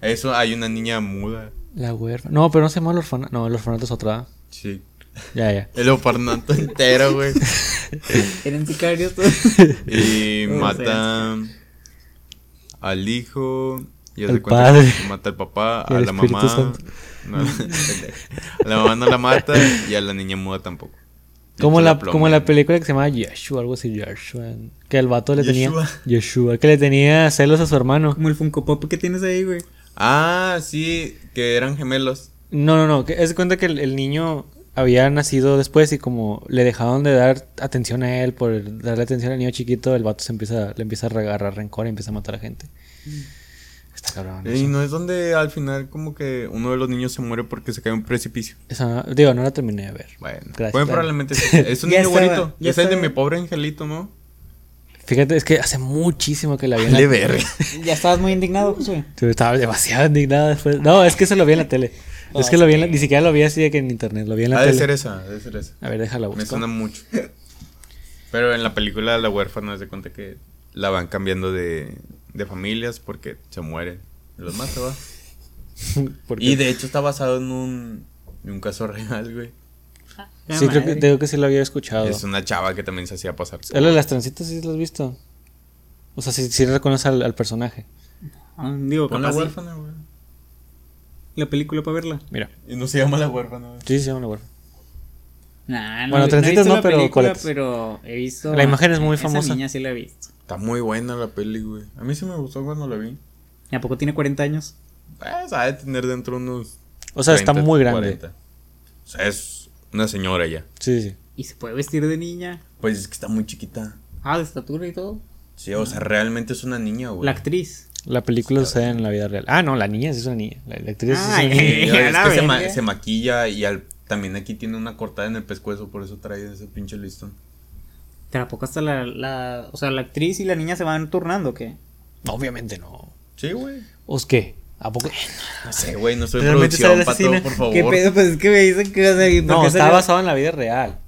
C: Eso, hay una niña muda.
D: La huérfana. No, pero no se llama el orfanato. No, el orfanato es otra.
C: Sí.
D: Ya, ya.
C: El orfanato *laughs* entero, güey.
B: coli- Eran
D: *laughs*
B: sicarios todos.
C: Y
B: No
C: mata al hijo. Y
D: Al
C: hace cuenta que
D: padre.
C: Mata al papá,
D: *laughs* Y
C: a
D: al
C: la
D: Espíritu
C: mamá.
D: Santo.
C: No, *laughs* a la mamá no la mata y a la niña muda tampoco.
D: Como
C: Pinche
D: la, como la
C: plomean.
D: película que se llama Yeshua, algo así, Yeshua. Que el vato le
C: Yeshua.
D: tenía. Yeshua. Que le tenía celos a su hermano.
B: Como el Funko Pop que tienes ahí, güey.
C: Ah, sí, que eran gemelos.
D: No, no, no. que Es de cuenta que el, el niño había nacido después y como le dejaron de dar atención a él por darle atención al niño chiquito, el vato se empieza, le empieza a agarrar rencor y empieza a matar a gente. Está cabrón.
C: Y
D: eso.
C: Mm. no es donde al final como que uno de los niños se muere porque se cae a un precipicio.
D: Eso no- digo, no la terminé de ver.
C: Bueno,
D: Gracias,
C: bueno,
D: claro. *laughs*
C: probablemente sí. es un
B: Ya
C: niño
B: estaba,
C: bonito.
B: ya
C: Ese es de
B: estaba.
C: mi pobre angelito, ¿no?
D: Fíjate, es que hace muchísimo que la vi en la
C: Le verga.
B: Ya estabas muy indignado, Josué.
D: Yo Estaba demasiado indignado después. No, es que se lo vi en la tele. es que lo vi en la- ni siquiera lo vi así de que en internet, lo vi en la
C: Ha de
D: tele.
C: ser esa, ha de ser esa.
D: A ver, déjala
C: Me
D: buscar. *laughs*
C: suena mucho. Pero en la película La huérfana se cuenta que la van cambiando de, de familias porque se mueren. Los mata, va.
D: Porque-
C: Y de hecho está basado en un, en un caso real, güey.
D: Sí, creo que, creo que sí lo había escuchado.
C: Es una chava que también se hacía pasar.
D: ¿El de las trencitas sí lo has visto? O sea, si sí reconoces al, al personaje.
B: Ah, Digo,
C: Con la
B: capaz sí.
C: huérfana, güey.
B: la película para verla.
D: Mira.
C: Y no se llama La huérfana, güey.
D: Sí, sí, se llama la huérfana.
B: Nah,
D: Bueno,
B: he
D: trencitas
B: visto
D: no,
B: la
D: pero
B: película,
D: coletes.
B: pero he visto.
D: La imagen es muy famosa.
B: Esa niña sí la he visto.
C: Está muy buena la peli, güey. A mí sí me gustó cuando la vi.
B: ¿Y a poco tiene 40 años?
C: Pues, ha de tener dentro unos.
D: O sea, está
C: 30,
D: muy grande.
C: 40. O sea, es una señora ya.
D: Sí, sí.
B: ¿Y se puede vestir de niña?
C: Pues es que está muy chiquita.
B: Ah, de estatura y todo.
C: Sí, o sea, realmente es una niña, güey.
B: La actriz.
D: La película sucede en la vida real. Ah, no, la niña sí es una niña. La, la actriz sí
B: Ay,
D: es una niña.
C: Sí,
B: A
C: es
B: la
C: que se, ma-
B: verga.
C: se maquilla y al- también aquí tiene una cortada en el pescuezo, por eso trae ese pinche listón.
B: Pero a poco hasta la, la. O sea, la actriz y la niña se van turnando, ¿o ¿qué?
D: Obviamente no.
C: Sí, güey.
D: ¿O es qué? ¿A poco?
C: No sé, güey, no soy
D: Realmente
C: producción,
D: sale la
C: pato, por
B: ¿Qué
C: favor.
B: pedo? Pues es que me dicen que. O sea, ¿y por
D: No,
B: qué
D: está
B: salió?
D: basado en la vida real.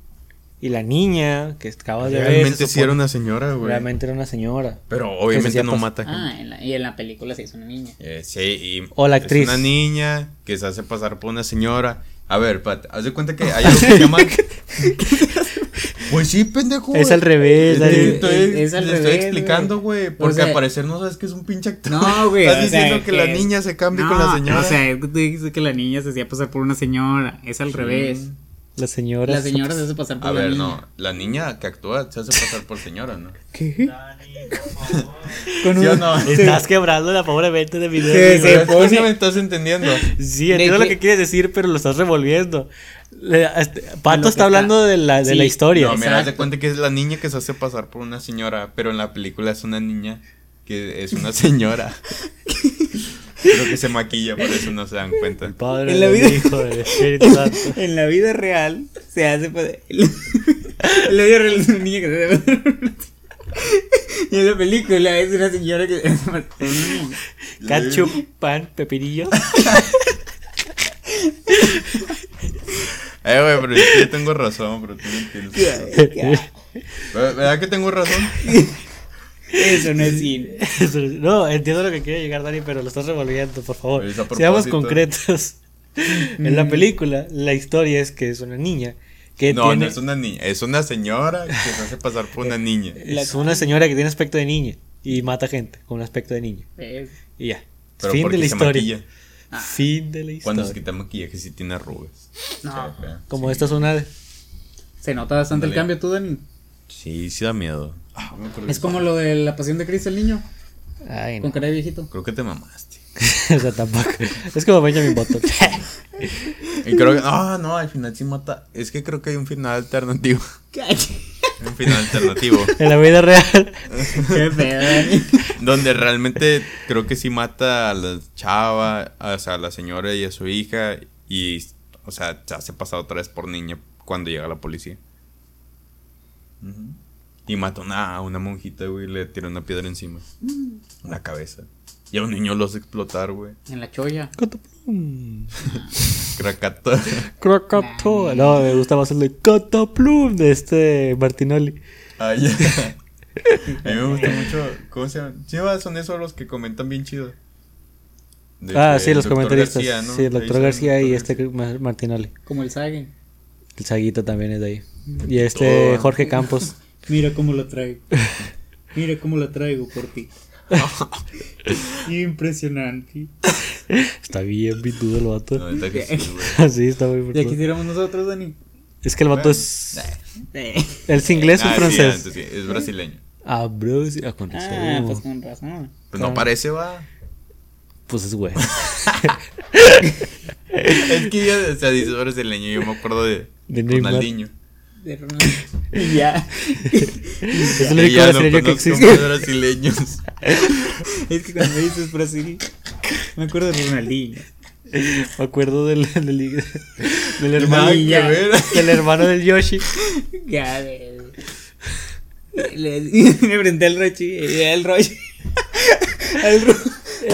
D: Y la niña que acabas de ver.
C: Realmente
D: se
C: sí era
D: supone-
C: una señora, güey.
D: Realmente era una señora.
C: Pero
D: Que se
C: obviamente
D: hacía
C: no
D: pas-
C: mata gente.
B: Ah, en la- y en la película se hizo
C: *laughs*
B: una niña.
C: Eh, sí, y
D: O la actriz.
C: Es una niña que se hace pasar por una señora. A ver, Pat, haz de cuenta que hay algo que se
B: *laughs*
C: llama. pues sí, pendejo.
D: Es
C: güey.
D: al revés,
C: Es-
D: Dani.
C: estoy-
B: Es- es al
C: le
B: revés,
C: estoy explicando, güey.
B: O
C: Porque
B: sea-
C: al parecer no sabes que es un pinche actor.
B: No, güey.
C: Estás
B: o sea,
C: diciendo que, la niña se cambie con la
B: No,
C: señora.
B: O sea, tú dices que la niña se hacía pasar por una señora. Es al revés.
D: La señora.
B: La
D: *laughs*
B: señora se hace pasar por
C: A
B: la
C: ver,
B: niña.
C: no. La niña que actúa se hace pasar por señora, ¿no?
D: ¿Qué?
A: Dani, por favor.
B: *laughs* Con
C: ¿Sí o
B: un-
C: no?
D: Estás quebrando la pobre mente de mi
B: Sí, sí.
D: dedo.
C: Pero es que
B: pone-
C: no me estás entendiendo.
D: Sí, entiendo
B: De
D: lo
B: que-
D: que quieres decir, pero lo estás revolviendo. Le- este, Pato
B: que
D: está hablando de la, de
B: Sí.
D: la historia.
C: No, mira, haz de
B: Exacto.
C: cuenta que es la niña que se hace pasar por una señora, pero en la película es una niña que
D: *laughs*
C: es una señora. Creo que se maquilla, por eso no se dan cuenta.
D: Padre,
B: En la
D: del
B: vida-
D: Hijo,
B: *laughs*
D: del Espíritu Santo.
B: En la vida real se hace *laughs* pasar. En la vida real es una niña que se hace pasar. por una *laughs* señora. Y en la película es una señora que se hace pasar por una niña. *laughs*
D: Cachupan, pepinillo.
C: Eh, güey, pero es que yo tengo razón, pero tú no entiendes. Ve- ¿Verdad que tengo razón?
B: Eso no es cine.
D: Eso es- *laughs* No, entiendo lo que quiere llegar, Dani, pero lo estás revolviendo, por favor.
C: Es Pues, a propósito.
D: Seamos
B: *laughs*
D: concretos. en
B: Mm.
D: la película, la historia es que es una niña que
C: No,
D: tiene.
C: no es una niña, es una señora que se hace pasar por una niña.
D: es una señora que tiene aspecto de niña y mata gente con un aspecto de niña. Y ya.
C: Pero
D: fin de
C: porque
D: la
C: se
D: historia.
C: maquilla.
B: Ah.
D: Fin de la
C: Cuando se
D: historia.
C: quita maquillaje sí tiene arrugas.
B: No.
C: O sea, fea.
D: Como esta es una. de-
B: Se nota bastante el
C: Ándale.
B: cambio, tú, Dani.
C: Sí, sí da miedo. No me acuerdo
B: Es
C: que-
B: como lo de la pasión de Cristo, el niño,
D: Ay, no. *laughs*
B: con cara de *laughs* viejito.
C: Creo que te mamaste.
D: o sea, tampoco. Es como Benjamin Button. *laughs*
C: Y creo que... Ah, no, al final sí mata. Es que creo que hay un final alternativo. Un final alternativo.
D: en la vida real.
B: Qué pedo, Dani.
C: Donde realmente creo que sí mata a la chava, a, o sea, a la señora y a su hija. Y, o sea, se hace pasar otra vez por niña cuando llega la policía. Ujú. Y mata a una, a una monjita, güey, y le tira una piedra encima. La cabeza. Y a un niño los explotar, güey.
B: En la cholla.
C: Cracata.
D: Crocoto. No, me gusta más el de Cotoplum de este Martinoli.
C: Ay, Ah, ya. A mí me gusta mucho. ¿Cómo se llaman? Sí, va, son esos los que comentan bien chido. De
D: Ah,
C: que
D: sí,
C: el
D: los
C: doctor
D: comentaristas.
C: García, ¿no?
D: Sí, el
C: Le
D: doctor
C: dicen
D: García y
C: doctor
D: este Mar- Martinoli.
B: Como el Sagen.
D: El Saguito también es de ahí. Y este
C: Todo.
D: Jorge Campos.
B: Mira cómo la *laughs* traigo. Mira cómo la traigo por *laughs* ti. Impresionante.
D: Está bien pintudo el
C: García.
D: vato.
C: No, neta que
D: *laughs*
C: sí, güey.
D: sí, está muy
B: Ya
D: pintudo.
B: quisiéramos nosotros, Dani.
D: Es que el vato es.
B: Eh.
D: ¿El inglés o
C: Ah,
D: el
C: sí,
D: francés?
C: antes sí, es brasileño.
D: ah, bro. sí, Ah, con eso.
B: Ah, pues con razón.
C: Pues
D: Ah.
C: no parece, va.
D: Pues es
C: *laughs*
D: güey.
C: Es que ya, o sea, dice brasileño. Yo me acuerdo de,
D: De Neymar.
C: Ronaldinho.
B: De Ronaldo. Y *laughs* ya.
D: es el
C: Yo
D: único
C: ya no
D: brasileño que
C: conozco
D: existe.
C: más
D: *laughs*
C: brasileños.
B: Es que cuando dices Brasil, me acuerdo de Ronaldinho.
D: Me acuerdo
B: *laughs*
D: del, del, del hermano.
C: Nada que
B: ya.
C: ver.
D: *laughs* Del hermano del Yoshi.
B: Ya, de- *laughs* le, me enfrenté al Rochi. eh, Al Rochi. *laughs* Al, Ro, al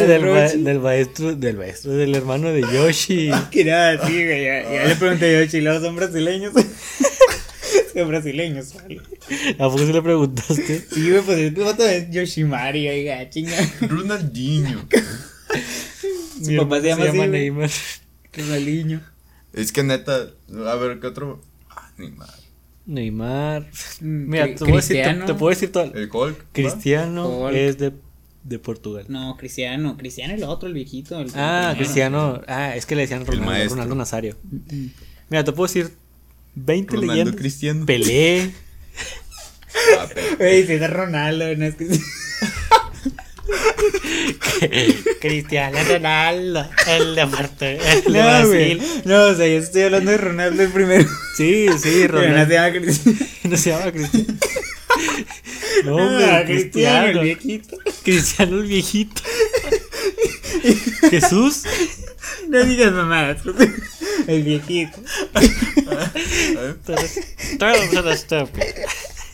D: Del, ma-
B: Rochi.
D: del maestro, del maestro, del hermano de
B: *laughs*
D: Yoshi.
B: Que nada, así, güey. Ya, ya le pregunté yo, chilados, ¿son brasileños? *laughs* son brasileños, vale.
D: ¿A poco se le preguntaste?
B: Sí, güey, pues el vato es Yoshimari, oiga, chinga.
C: Ronaldinho.
B: Su
D: Mi
B: papá se
D: hermano
B: llama así, güey.
D: Neymar.
B: Ronaldinho.
C: Es que neta, a ver, ¿qué otro? Ah, ni madre.
D: Neymar.
B: Mm,
D: Mira,
B: Cri-
D: te, voy a decir- te-
B: Cristiano.
D: te puedo decir todo.
C: El Hulk. ¿va?
D: Cristiano
B: Hulk.
D: es de, de Portugal.
B: No, Cristiano. Cristiano el otro, el viejito. El
D: Ah, Cristiano. Ah, es que le decían Ronaldo,
C: maestro.
D: Ronaldo Nazario. Mira, te puedo decir 20
C: Ronaldo
D: leyendas.
C: Cristiano.
B: *laughs*
D: Pelé.
C: Ah, pero-
B: Güey, si es Ronaldo, no es que.
D: *laughs* Cristiano Ronaldo. El de Portugal. El de
B: No, güey.
D: Brasil.
B: No, o sea, yo estoy hablando de Ronaldo el primero. *laughs*
D: Sí, sí,
B: Pero no se
D: Ronaldo.
B: llama Cristiano.
D: *laughs* No se llama Cristiano. No,
B: Ah,
D: hombre,
B: Cristiano,
D: Cristiano.
B: el viejito.
D: Cristiano el viejito. Jesús.
B: No digas mamadas. El *laughs* viejito.
D: Todos son estúpidos.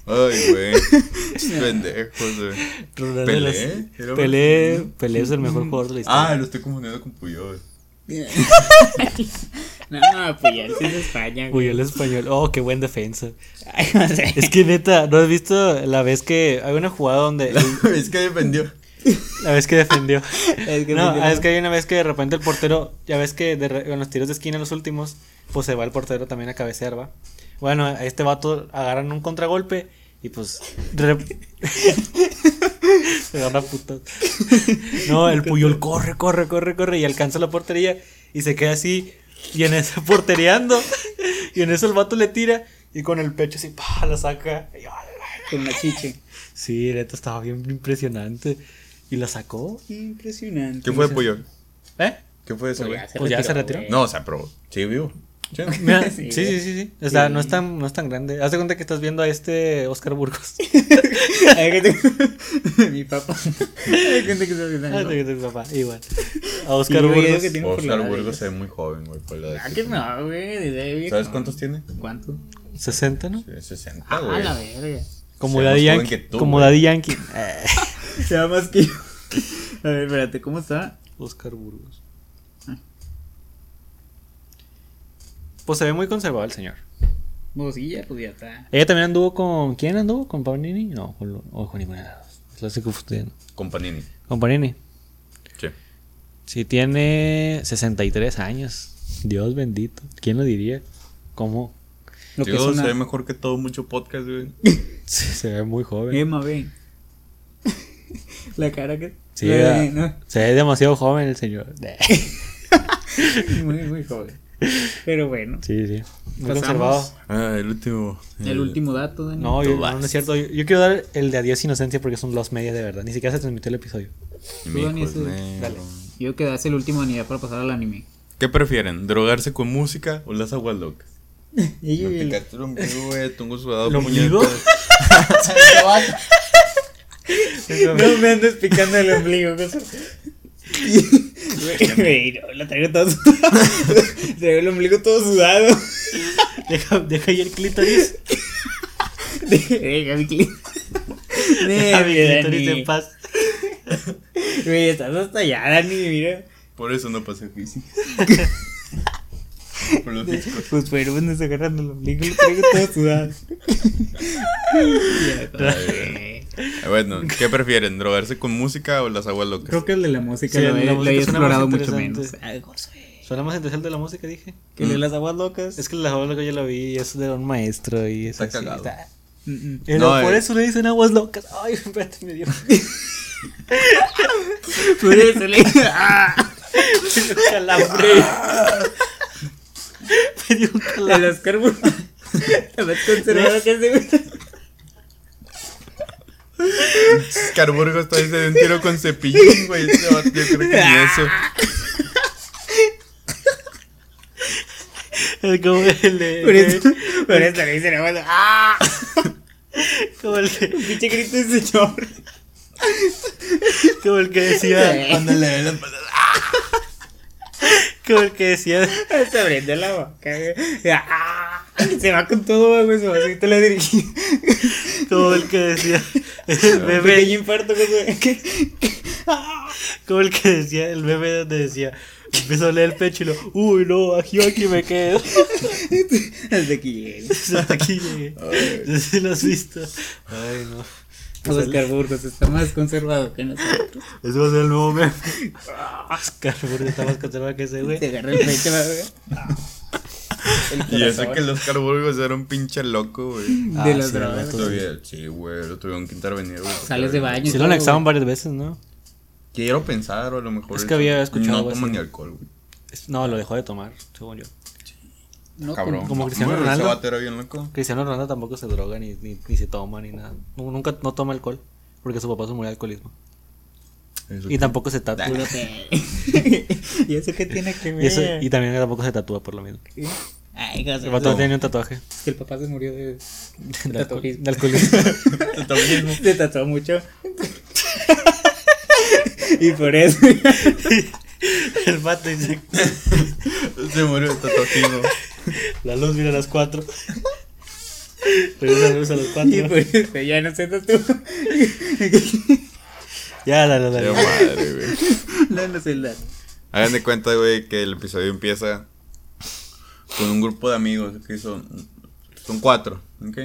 C: Ay,
B: *laughs*
C: güey. Pendejos, güey.
D: Ronaldo
C: Pelé,
D: las-
C: era
D: Pelé, Pelé es el mejor jugador de la historia.
C: Ah, lo estoy confundiendo con Puyol. *laughs*
B: No, no, pues ya, ese es de
C: Ah.
B: España,
D: Uy,
B: güey.
D: el español. Oh, qué buen defensa.
B: Ay, no sé.
D: Es que neta, ¿no has visto la vez que hay una jugada donde
C: *laughs* es que dependió.
D: la vez que defendió?
B: *laughs* Es que
D: no,
B: me-
D: es que hay una vez que de repente el portero, ya ves que de re- en los tiros de esquina los últimos, pues se va el portero también a cabecear, va. Bueno, a este vato agarran un contragolpe y pues re- *laughs* se agarra putas. no, el Puyol corre, corre, corre, corre y alcanza la portería y se queda así y en eso *laughs* portereando y en eso el vato le tira y con el pecho así pa la saca. Y, ¡ah, la
B: Con una chiche.
D: Sí, neta, estaba bien impresionante. Y la sacó.
B: Impresionante.
C: ¿Qué fue de Puyol?
D: ¿Eh?
C: ¿Qué fue de ese güey?
D: Pues ya se retiró.
B: güey.
C: No, o sea, pero sí vivo. Sí, ¿no?
B: *laughs*
D: Mira, sí,
B: Sí,
D: sí, sí,
B: güey.
D: sí. O sea, no es tan, no es tan grande. Haz de cuenta que estás viendo a este Oscar
B: *laughs*
D: Burgos.
B: Ay, que te- Mi *laughs* papá. Hay gente que se
D: Haz *laughs* de
B: olvida.
D: cuenta que tu papá, igual. A
B: Ah, Y
D: Oscar
B: luego
D: Burgos.
B: yo que tiene-
C: Oscar
B: pulgares.
C: Burgos se ve muy joven, güey. por la edad
B: Ah,
C: que
B: que
C: tiene.
B: no, güey. desde bien.
C: ¿Sabes cuántos tiene?
B: ¿Cuánto?
D: 60, ¿no?
C: Sí, 60,
B: Ah,
C: güey.
B: la verga.
D: Como
C: Se ve
D: Daddy
C: más joven
D: Yankee.
C: que tú,
D: como
C: güey.
D: Daddy
B: *laughs*
D: Yankee.
B: Eh. Se va más que yo. A ver, espérate, ¿cómo está?
D: Oscar Burgos. Pues se ve muy conservado el señor.
B: Pues sí, ya, pues ya está.
D: Ella también anduvo con. ¿Quién anduvo? ¿Con Panini? No, con, lo- o con ninguna de las dos. Es la estoy confundiendo.
C: Con Panini.
D: Con Panini.
C: Sí.
D: Sí, tiene 63 años. Dios bendito. ¿Quién lo diría? ¿Cómo? *laughs*
B: Lo que es
C: Digo, se ve
B: una...
C: mejor que todo mucho podcast,
B: *laughs*
C: güey.
D: Sí, se ve muy joven.
B: Emma, ven. *laughs* La cara que...
D: Sí,
B: Eh,
D: ¿verdad?
B: no,
D: se ve demasiado joven el *laughs* señor.
B: Muy, muy joven. Pero bueno.
D: Sí, sí. Muy
B: Pasamos.
D: conservado.
C: Ah, el último.
B: El último dato, Dani.
D: No, yo,
C: Tú
D: no,
C: vas.
D: no es cierto. Yo, yo quiero dar el de Adiós Inocencia porque son los medias de verdad. Ni siquiera se transmitió el *laughs* episodio.
B: Tú,
C: Mi
B: Dani,
C: hijo es
B: ese-
C: negro.
B: dale. Yo que das el último anillo para pasar al anime.
C: ¿Qué prefieren? ¿Drogarse con música o las aguas locas?
B: Y
C: Me
B: el-
C: picaste el ombligo, güey. Tengo sudado
D: ¿El
C: por muñeco.
D: ombligo?
B: No me andes picando el ombligo, cosa. Güey, güey, no, la traigo todo sudado. Traigo el ombligo todo sudado.
D: deja, deja ahí el clítoris.
B: Deja mi clip.
D: *laughs* Deja mi clítoris
B: Dani.
D: en paz.
B: Güey, estás hasta allá, Dani, mira.
C: Por eso no
D: *laughs*
C: pasé física. por los físicos.
B: Pues pero bueno, se agarran el ombligo, lo traigo todo sudado. Ya, güey.
C: Ah, Bueno, ¿qué prefieren? ¿Drogarse con música o las aguas locas?
B: Creo que el de la música
D: Sí,
B: lo,
D: el de
B: he,
D: la
B: lo
D: música
B: he
D: suena más
B: explorado mucho
D: interesante.
B: menos. Ay, gozo, eh.
D: Suena más interesante el de la música, dije.
B: Que de las aguas locas.
D: Es que la joven que yo la vi es de un maestro y es
C: Está
D: así,
C: cagado.
D: está-
B: Mm, *laughs* mm.
D: Pero
C: No,
D: por
C: eh.
D: eso le dicen aguas locas. Ay, *laughs* espérate, me dio. *laughs*
B: Por eso *laughs* le- Ah.
D: calambre. me dio un
B: La
D: calambre.
B: de los carburos. *laughs* La más conservada que se
C: Carburgo está ahí se dio un tiro con cepillín, güey. Este vato,
D: *laughs*
C: Yo creo que ni eso.
D: Es como el de.
B: *laughs* Por eso, por eso le dicen abuelo. ¡Ah! *laughs*
D: Como el que,
B: Pinche grito ese señor.
D: como el que *laughs*
B: *laughs*
D: decía.
B: Cuando
C: le
D: Como el que decía.
B: Se abriendo la boca. güey. ¡Ah! Se va con todo, güey. Su vasito la dirigí.
D: Como el que *laughs* decía. El
B: Un
D: bebé.
B: pequeño infarto, güey. *laughs* ¿Qué? ¡Ah!
D: Como el que decía, el meme donde decía, empezó a leer el pecho y lo, uy, no, aquí, aquí me quedo. *laughs*
B: Hasta aquí llegué.
D: Hasta aquí llegué. No sé si lo has visto. Ay, no.
B: Oscar Burgos está más conservado que nosotros.
D: Ese va a ser el nuevo meme. *laughs* Oscar, porque está más conservado que ese, güey.
B: Te agarra el pecho, güey. *laughs*
C: Y ese que los carburgos era un pinche loco, güey.
B: De
D: *laughs* Ah,
B: las
D: sí,
B: drogas.
D: neta.
C: Todavía, sí, güey. Lo tuvieron que intervenir, güey.
B: Sales de baño. y
D: Sí lo
B: todo,
D: anexaban varias veces, ¿no?
C: Quiero pensar, o a lo mejor.
D: Es que había escuchado
C: No
D: algo
C: toman
D: así.
C: ni alcohol, güey.
D: Es- No, lo dejó de tomar, según yo.
B: güey. No,
C: Cabrón.
D: como Cristiano
C: Bueno,
D: Ronaldo.
C: Ese vato era bien loco.
D: Cristiano Ronaldo tampoco se droga, ni, ni, ni se toma, ni nada. Nu- Nunca no toma alcohol, porque su papá se murió de alcoholismo.
C: Eso
D: Y tampoco se tatúa.
B: Puro pe- *laughs* ¿Y eso qué tiene que ver?
D: Y, eso- y también tampoco se tatúa por lo mismo.
B: Ay, cosa,
D: El vato tenía un tatuaje.
B: es que el papá se murió de,
D: De, alcohol-
B: alcoholismo.
D: de
B: *laughs*
D: alcoholismo.
B: Se tatuó mucho. *laughs* y por *laughs* eso.
D: El vato dice,
C: Se murió
D: *laughs*
C: de tatuajismo.
D: la luz viene a las *laughs* 4. Regresa la luz a las
B: y
D: 4.
B: por eso ya no se tatuó.
D: Ya, la, la, la.
C: Qué madre, güey.
B: no, no sé el dato.
C: Hagan de cuenta, güey, que el episodio empieza con un grupo de amigos que son. Son cuatro, ¿ok?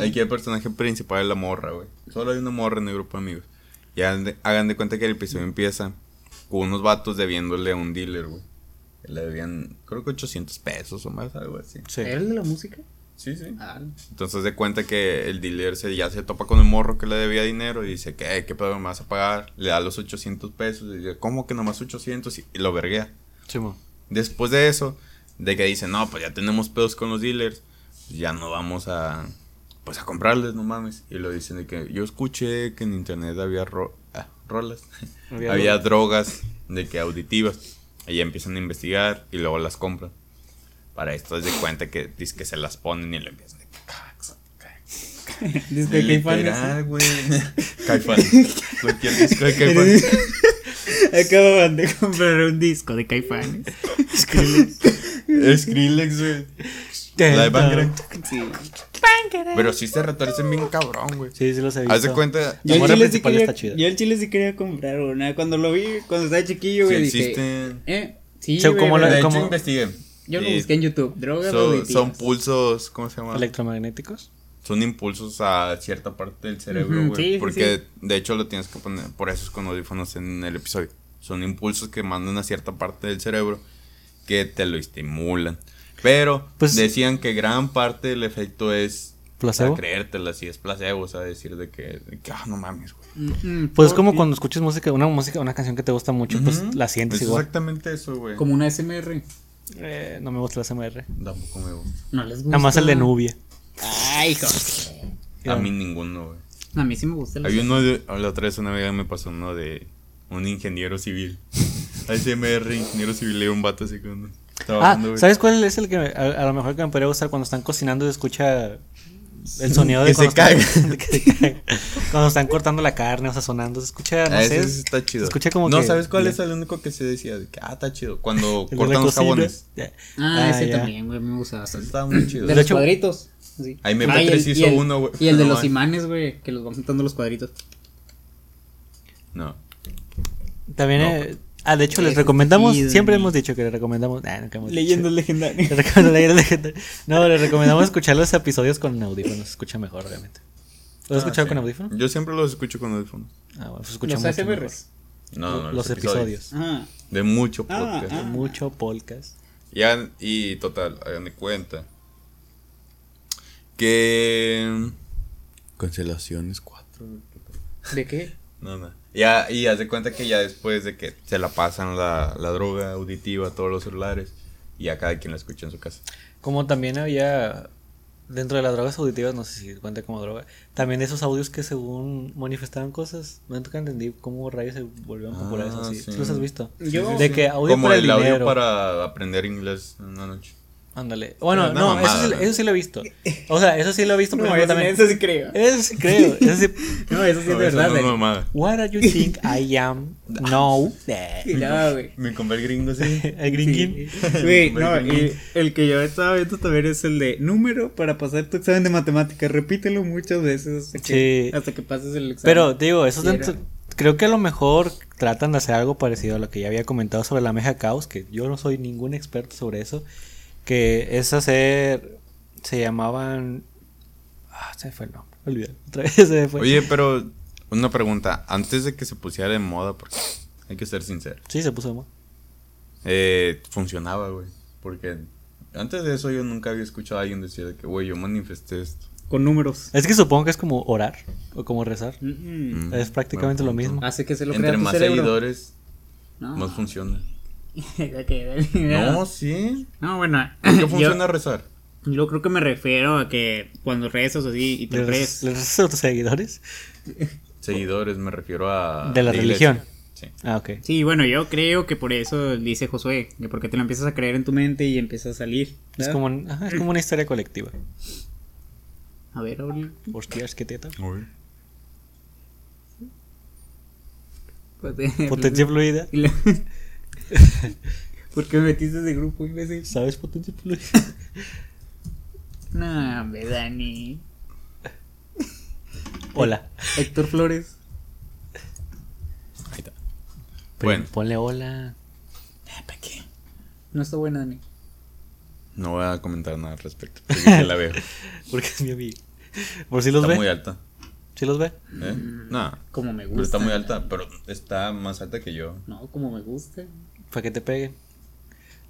C: Aquí el personaje principal es la morra, güey. Solo hay una morra en el grupo de amigos. Y hagan de, hagan de cuenta que el episodio empieza con unos vatos debiéndole a un dealer, güey. Le debían, creo que 800 pesos o más, algo así.
D: Sí.
B: ¿Era el de la música?
C: Sí, sí.
B: Ah, *laughs*
C: Entonces de cuenta que el dealer se, ya se topa con el morro que le debía dinero y dice, ¿qué? ¿Qué pedo me vas a pagar? Le da los 800 pesos y dice, ¿cómo que nomás 800? Y, y lo verguea.
D: Simón.
C: Después de eso, de que dicen, no, pues ya tenemos pedos con los dealers, pues ya no vamos a, pues a comprarles, no mames. Y lo dicen de que yo escuché que en internet había ro- ah, rolas, *laughs*
D: Había
C: había, drogas de que auditivas. Ahí empiezan a investigar y luego las compran. Para esto es de cuenta que dice que se las ponen y lo empiezan de que, "Cax, cax".
B: Dice que hay
C: Literal, güey. *laughs* Caifanes. Cualquier disco de Caifanes.
B: Acababan de comprar un disco de Caifanes.
C: Skrillex, güey. La de Bangra.
B: Sí.
C: Pero sí se retorcen bien cabrón, güey.
D: Sí, sí, los he visto.
C: Haz de cuenta.
D: La
B: Yo el,
D: morra
B: chile sí
D: principal
B: quería,
D: está chida.
B: yo el chile sí quería comprar una. Cuando lo vi, cuando estaba chiquillo,
C: Si
B: güey, dije.
C: existen.
B: Eh, sí,
D: O sea,
B: güey,
D: ¿cómo
B: pero-
D: la-
C: De hecho,
D: ¿cómo?
C: investigué.
B: Yo lo
C: Sí.
B: busqué en YouTube. Drogas
C: Son,
B: adictivas.
C: son pulsos, ¿cómo se llama?
D: Electromagnéticos.
C: son impulsos a cierta parte del cerebro,
B: Ujú,
C: güey.
B: sí, sí,
C: porque de hecho lo tienes que poner, por eso es con audífonos en el episodio. Son impulsos que mandan a cierta parte del cerebro que te lo estimulan. Pero
D: Pues-
C: decían que gran parte del efecto es
D: Placebo.
C: a creértela, si es placebo, o sea, decir de que, de que, ah, no mames, güey.
B: Mm, mm,
D: Pues es
B: por-
D: como cuando escuchas música, una música, una canción que te gusta mucho, pues la sientes
C: Es
D: igual.
C: exactamente eso, güey.
B: Como una SMR.
D: Eh, no me gusta la CMR.
C: Tampoco me gusta.
B: No les gusta.
D: Nada más el de Nubia.
B: Ay, hijo.
C: A mí ninguno, güey.
B: A mí sí me gusta. el-
C: Había uno de, la otra vez una amiga me pasó uno de un
D: *laughs*
C: ingeniero civil. ASMR, ingeniero civil, era un vato así con...
D: Ah,
C: trabajando, güey.
D: ¿sabes cuál es el que me- a, a lo mejor que me podría gustar cuando están cocinando y se escucha el sonido *laughs* de
C: Que se
D: cuando
C: cague.
D: están, que se cague. Cuando están cortando la carne o sazonando, se escucha, no
C: Ah,
D: sé.
C: ese
D: es-
C: sí está chido.
D: se escucha como
C: no,
D: que-
C: ¿sabes cuál
D: ya.
C: es el único que se decía? De que, ah, está chido. Cuando
D: *laughs* el de la
C: cortan los
D: cocina.
C: jabones.
D: Ya.
B: Ah, ese
D: ya.
B: también, güey, me gusta bastante.
C: Estaba muy chido.
B: De los
D: hecho-
B: cuadritos. Sí.
C: Ahí me
B: Ah, y
C: Petres
B: el- y
C: hizo
B: el-
C: uno, güey.
B: Y el de
C: No,
B: los
C: man.
B: imanes, güey, que los van juntando los cuadritos.
C: No.
D: También,
C: No.
D: eh, ah, de hecho, les
B: Lejos
D: recomendamos,
B: de ti,
D: siempre
B: Dani.
D: hemos dicho que les recomendamos. Ah, nunca hemos dicho.
B: legendarias.
D: Les recomiendo leer legendarias. No, les recomendamos escuchar los episodios con audífonos. Se escucha mejor, obviamente. ¿Lo has
C: Ah,
D: escuchado
C: sí.
D: con audífonos?
C: Yo siempre los escucho con audífonos.
D: Ah, bueno, se escucha
B: Los
D: mucho mejor.
B: ASMRs.
C: No, no,
D: los, episodios.
B: Ah,
C: De mucho
B: Ah,
C: podcast.
B: ah.
D: Mucho podcast.
C: Ya, y total, hagan de cuenta. Que. mm, Cancelaciones 4.
B: ¿De qué?
C: No, no. Ya, y haz de cuenta que ya después de que se la pasan la, la droga auditiva a todos los celulares. Y a cada quien la escucha en su casa.
D: Como también había dentro de las drogas auditivas, no sé si cuenta como droga, también esos audios que según manifestaban cosas, no nunca entendí cómo rayos se volvieron
C: Ah,
D: populares así.
C: sí.
D: ¿Sí ¿Los has visto?
B: Yo-
D: de que audio
C: Como
D: para el,
C: el audio
D: dinero.
C: para aprender inglés en una noche.
D: Ándale. Bueno,
C: Una
D: no,
C: mamada,
D: eso, sí,
C: ¿no?
D: eso sí lo he visto. O sea, eso sí lo he visto,
B: *laughs* No,
D: por ejemplo,
B: eso,
D: también.
B: eso sí creo.
D: Eso sí creo. Eso sí.
B: *laughs* No, eso sí es
C: No,
B: de
C: eso
B: verdad.
C: no es
B: güey.
C: mamada.
D: What do you think I am? No.
B: Y nada, *laughs* güey.
C: Me compré el
D: *laughs*
C: gringo sí.
D: El gringuín.
B: Güey, no, y el que yo estaba viendo también es el de número para pasar tu examen de matemáticas. Repítelo muchas veces hasta que,
D: Sí.
B: hasta que pases el examen.
D: Pero digo, eso
B: Sí, era.
D: creo que a lo mejor tratan de hacer algo parecido a lo que ya había comentado sobre la meja caos, que yo no soy ningún experto sobre eso, que es hacer, se llamaban, ah, se me fue el nombre, olvidé, otra vez *laughs* se me fue.
C: Oye, pero una pregunta. Antes de que se pusiera de moda, porque hay que ser sincero.
D: Sí, se puso de moda.
C: Eh, funcionaba, güey. Porque antes de eso yo nunca había escuchado a alguien decir de que, güey, yo manifesté esto.
B: Con números.
D: Es que supongo que es como orar o como rezar.
B: Mm, mm.
C: Mm,
D: Es prácticamente
C: buen
D: lo
C: punto.
D: mismo.
B: Hace que se lo crea
C: Entre
B: tu
C: más
B: cerebro. Ah.
C: seguidores,
B: No.
C: más
B: *laughs*
C: funciona. No,
B: no.
C: sí.
B: no, bueno.
D: *clears throat*
C: ¿Por qué
B: *laughs* yo-
C: funciona rezar?
B: Yo creo que me refiero a que cuando rezas así y te
D: ¿Les
B: crees.
D: les rezas a tus seguidores?
C: Seguidores, me refiero a.
D: De la
C: iglesia.
D: religión.
C: Sí.
D: Ah, ok.
B: Sí, bueno, yo creo que por eso dice Josué, que porque te lo empiezas a creer en tu mente y empieza a salir.
D: Es
B: ¿verdad?
D: como, un- ajá, es como una historia colectiva.
B: A ver, Aurelio.
D: Hostias, qué teta.
B: Pues, *laughs*
D: Potencia fluida.
B: y la- ¿Por qué me metiste de grupo, imbécil?
D: ¿Sabes potencia fluida?
B: No, hombre, Dani.
D: *laughs* Hola.
B: Héctor Flores.
C: Ahí está.
D: Bueno.
C: Bueno.
D: Ponle hola.
B: ¿Para qué? No está buena, Dani.
C: No voy a comentar nada
D: *laughs*
C: al respecto. Porque ya la veo.
D: Porque es mi amigo. Por si los
C: Está
D: ve.
C: muy alta.
D: Si los ve.
C: ¿Eh? No.
B: Como me gusta.
C: Pero está muy alta, pero está más alta que yo.
B: No, como me gusta.
D: Para que te peguen.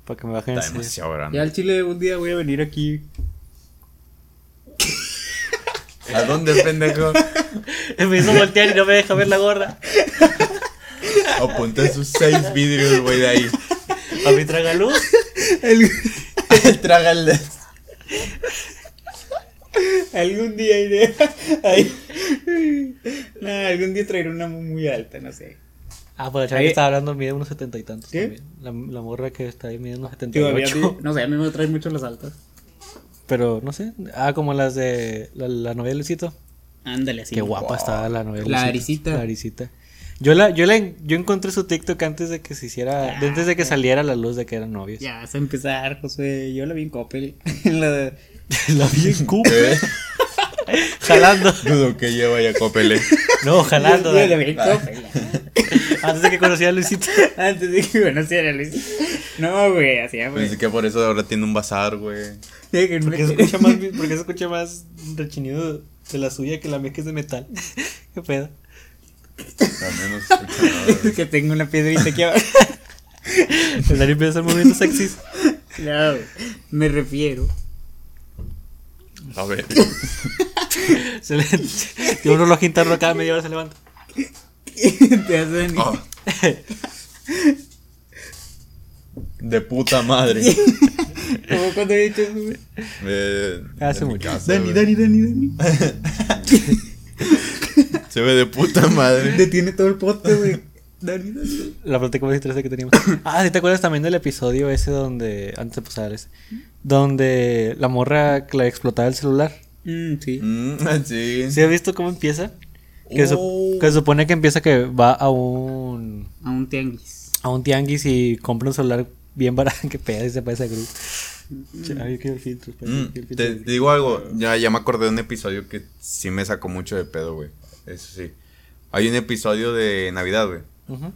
D: Para que me bajen. el
C: Está
D: servicio.
C: demasiado
B: Ya
C: grande.
B: al chile un día voy a venir aquí.
C: ¿A dónde, pendejo?
D: *laughs* me hizo voltear y no me deja ver la gorra.
C: Apunté sus seis vidrios, güey, de ahí.
D: A mi tragaluz.
C: *laughs* Trágale.
B: *laughs* Algún día iré. *laughs* Ay. *laughs* No, algún día traeré una muy alta, no sé.
D: Ah, pues la chava
B: Ahí-
D: que estaba hablando mide unos setenta y tantos.
B: ¿Qué?
D: también. La, la morra que está ahí mide unos setenta y
B: Digo, a mí- a
D: ocho.
B: mí- no sé, a mí me traen mucho las altas.
D: Pero no sé. Ah, como las de la, la novia de Luisito.
B: Ándale, así.
D: Qué guapa estaba la novela.
B: La Arisita.
D: La Arisita. Yo la, yo la, yo encontré su TikTok antes de que se hiciera,
B: Ah,
D: antes de que saliera a la luz de que eran novios.
B: Ya vas a empezar, José. Yo la vi en Coppel. *laughs* la de-
D: *laughs* la vi en Cuba. jalando.
C: Eh, Dudo que lleva ya copele.
D: No, jalando.
B: Yo la vi
D: Dani.
B: en Coppel. *laughs*
D: antes de que conociera a Luisito.
B: Antes de que conociera a Luis. No, güey, así, ah, güey.
C: Pensé que por eso ahora tiene un bazar, güey.
B: Tiene que-
G: ¿Por qué se escucha más, porque se escucha más rechinido de la suya que la mía que es de metal? ¿Qué pedo?
C: También no se escucha
B: *laughs*
C: nada, güey.
B: que tengo una piedrita aquí abajo.
G: El Dani empieza a hacer movimientos sexys.
B: No, güey, me refiero. *laughs*
C: A ver.
G: Se le, tiene un reloj interno cada media hora se levanta.
B: Te hacen.
C: Ah. De puta madre.
B: Como cuando he dicho eso, güey.
C: De-
G: Hace
C: de mi
G: mucho.
C: casa,
B: Dani,
C: güey.
B: Dani, Dani, Dani.
C: *laughs* Se ve de puta madre.
B: Detiene todo el pote, güey. Dani, Dani.
G: La plática más interesante que
D: *coughs*
G: teníamos.
D: Ah, ¿sí te acuerdas también del episodio ese donde. Antes de pasar ese. Donde la morra que le explotaba el celular.
B: Mm, sí.
C: Mm, sí.
D: ¿Sí has visto cómo empieza? Que, se-
C: Oh.
D: que se supone que empieza que va a un.
B: A un tianguis. *laughs*
D: a un tianguis y compra un celular bien barato. *laughs* que pedo? pues, Y se parece a Groot.
G: Ay, yo quiero el filtro. espérate,
D: pues,
C: Mm,
G: quiero el
C: te
G: filtro.
C: digo algo, ya, ya me acordé de un episodio que sí me sacó mucho de pedo, güey. Eso sí. Hay un episodio de Navidad, güey.
D: Ujú.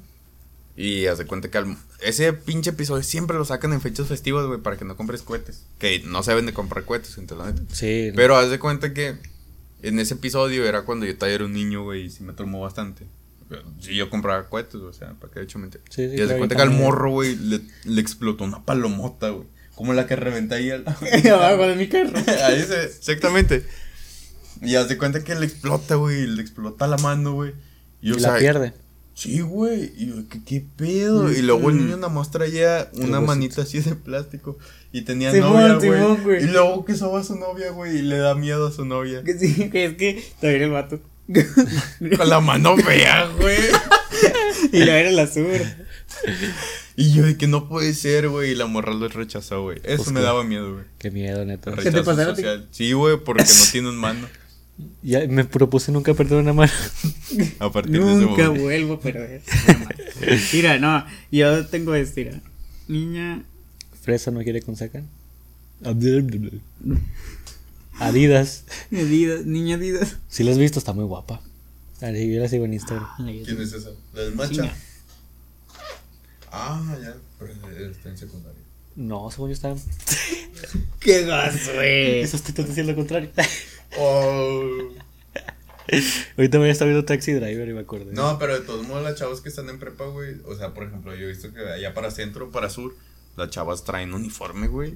C: Y haz de cuenta que al- ese pinche episodio siempre lo sacan en fechas festivas, güey, para que no compres cohetes. Que no se deben de comprar cohetes, gente, la neta.
D: Sí. no.
C: Pero haz de cuenta que en ese episodio era cuando yo todavía era un niño, güey, y sí me traumó bastante. Sí, yo compraba cohetes, o sea, para que de hecho mentira.
D: Sí, sí,
C: y haz de
D: claro,
C: cuenta
D: yo
C: que al
D: también.
C: morro, güey, le, le explotó una palomota, güey. Como la que reventé
D: *laughs*
C: ahí al...
B: Abajo de mi carro.
C: *laughs* Ahí se, exactamente. Y haz de cuenta que le explota, güey. Le explota la mano, güey.
D: Y
C: o
D: la
C: sea,
D: pierde.
C: Sí, güey. Y yo, ¿qué, qué pedo?
B: Mm,
C: Y luego el niño nada más traía una manita así de plástico. Y tenía
B: Simón,
C: novia, güey.
B: Simón, güey.
C: Y luego que soba a su novia, güey. Y le da miedo a su novia.
B: Que sí, que es que todavía era el vato.
C: *laughs* Con la mano fea, güey.
B: *laughs* y la era el azul.
C: Y yo de que no puede ser, güey. Y la morra lo rechazó, güey. Eso
D: Pues,
C: me
D: ¿qué?
C: daba miedo, güey.
D: Qué miedo, neta.
B: te
C: Rechazo
B: pasara a ti?
C: social. Sí, güey, porque no tienen mano.
D: Ya me propuse nunca perder una mano. *laughs*
C: A partir de ese
B: Nunca
C: momento.
B: vuelvo,
C: *laughs*
B: pero es. Mira, no, yo tengo esto, mira. Niña.
D: Fresa no quiere con sacan. Adidas.
B: Adidas, niña Adidas.
D: Si la has visto, está muy guapa. A ver, Yo la sigo en Instagram.
C: ¿Quién es esa? ¿La del
B: Chinga.
C: Macha? Ah, ya, pero está en secundaria.
D: No, según yo estaba.
B: Qué gas, güey.
D: Eso estoy diciendo lo contrario.
C: Oh.
D: *laughs* Ahorita me estaba viendo Taxi Driver y me acordé.
C: No, pero de todos modos las chavas que están en prepa, güey, o sea, por ejemplo, yo he visto que allá para centro, para sur, las chavas traen uniforme, güey,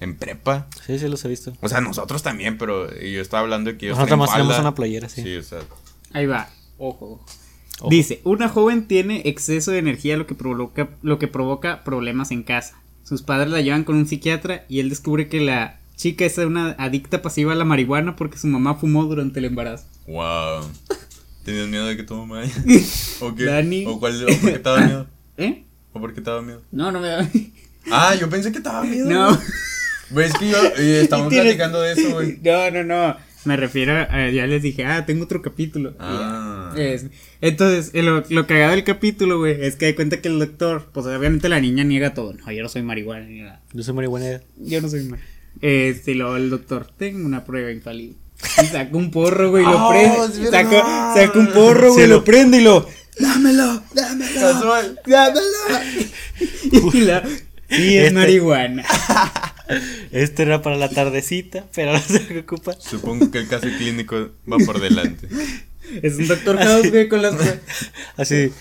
C: en prepa.
D: Sí, sí, los he visto.
C: O sea, nosotros también, pero yo estaba hablando de que ellos
D: Nosotros
C: traen
D: más tenemos
C: falda.
D: una playera, sí.
C: Sí, o sea,
B: Ahí va. Ojo. Dice, una joven tiene exceso de energía lo que provoca, lo que provoca problemas en casa. Sus padres la llevan con un psiquiatra y él descubre que la chica es una adicta pasiva a la marihuana porque su mamá fumó durante el embarazo.
C: wow. ¿Tenías miedo de que tu
B: *laughs*
C: mamá haya? ¿O qué?
B: Dani.
C: ¿O, cuál, ¿O por qué te daba miedo?
B: ¿Eh?
C: ¿O por qué te daba miedo?
B: No, no me da. *laughs*
C: Ah, yo pensé que te daba miedo.
B: No.
C: güey. Güey, es que yo,
B: *laughs*
C: eh, estamos
B: Tienes-
C: platicando de eso, güey.
B: *laughs* No, no, no. Me refiero a. Ya les dije, ah, tengo otro capítulo.
C: Ah.
B: Y ya. Es- entonces, eh, lo, lo cagado del capítulo, güey, es que de cuenta que el doctor, pues obviamente la niña niega todo. No, yo no soy marihuana ni nada.
D: Yo soy marihuana.
B: Yo no soy marihuana. Este, y luego el doctor, tengo una prueba infalible. Y saca un porro, güey, y lo
C: Ah, es
B: prende.
C: verdad.
B: Saca, saca un porro, güey,
D: Sí,
B: lo
D: lo-
B: prende y lo. Dámelo, dámelo.
C: Casual.
B: Dámelo. y la. Y es
D: Este-
B: marihuana.
D: Este era para la tardecita, pero ahora *laughs* se preocupa.
C: Supongo que el caso clínico va por delante.
B: Es un doctor house, güey,
D: *laughs*
B: con las.
D: Así,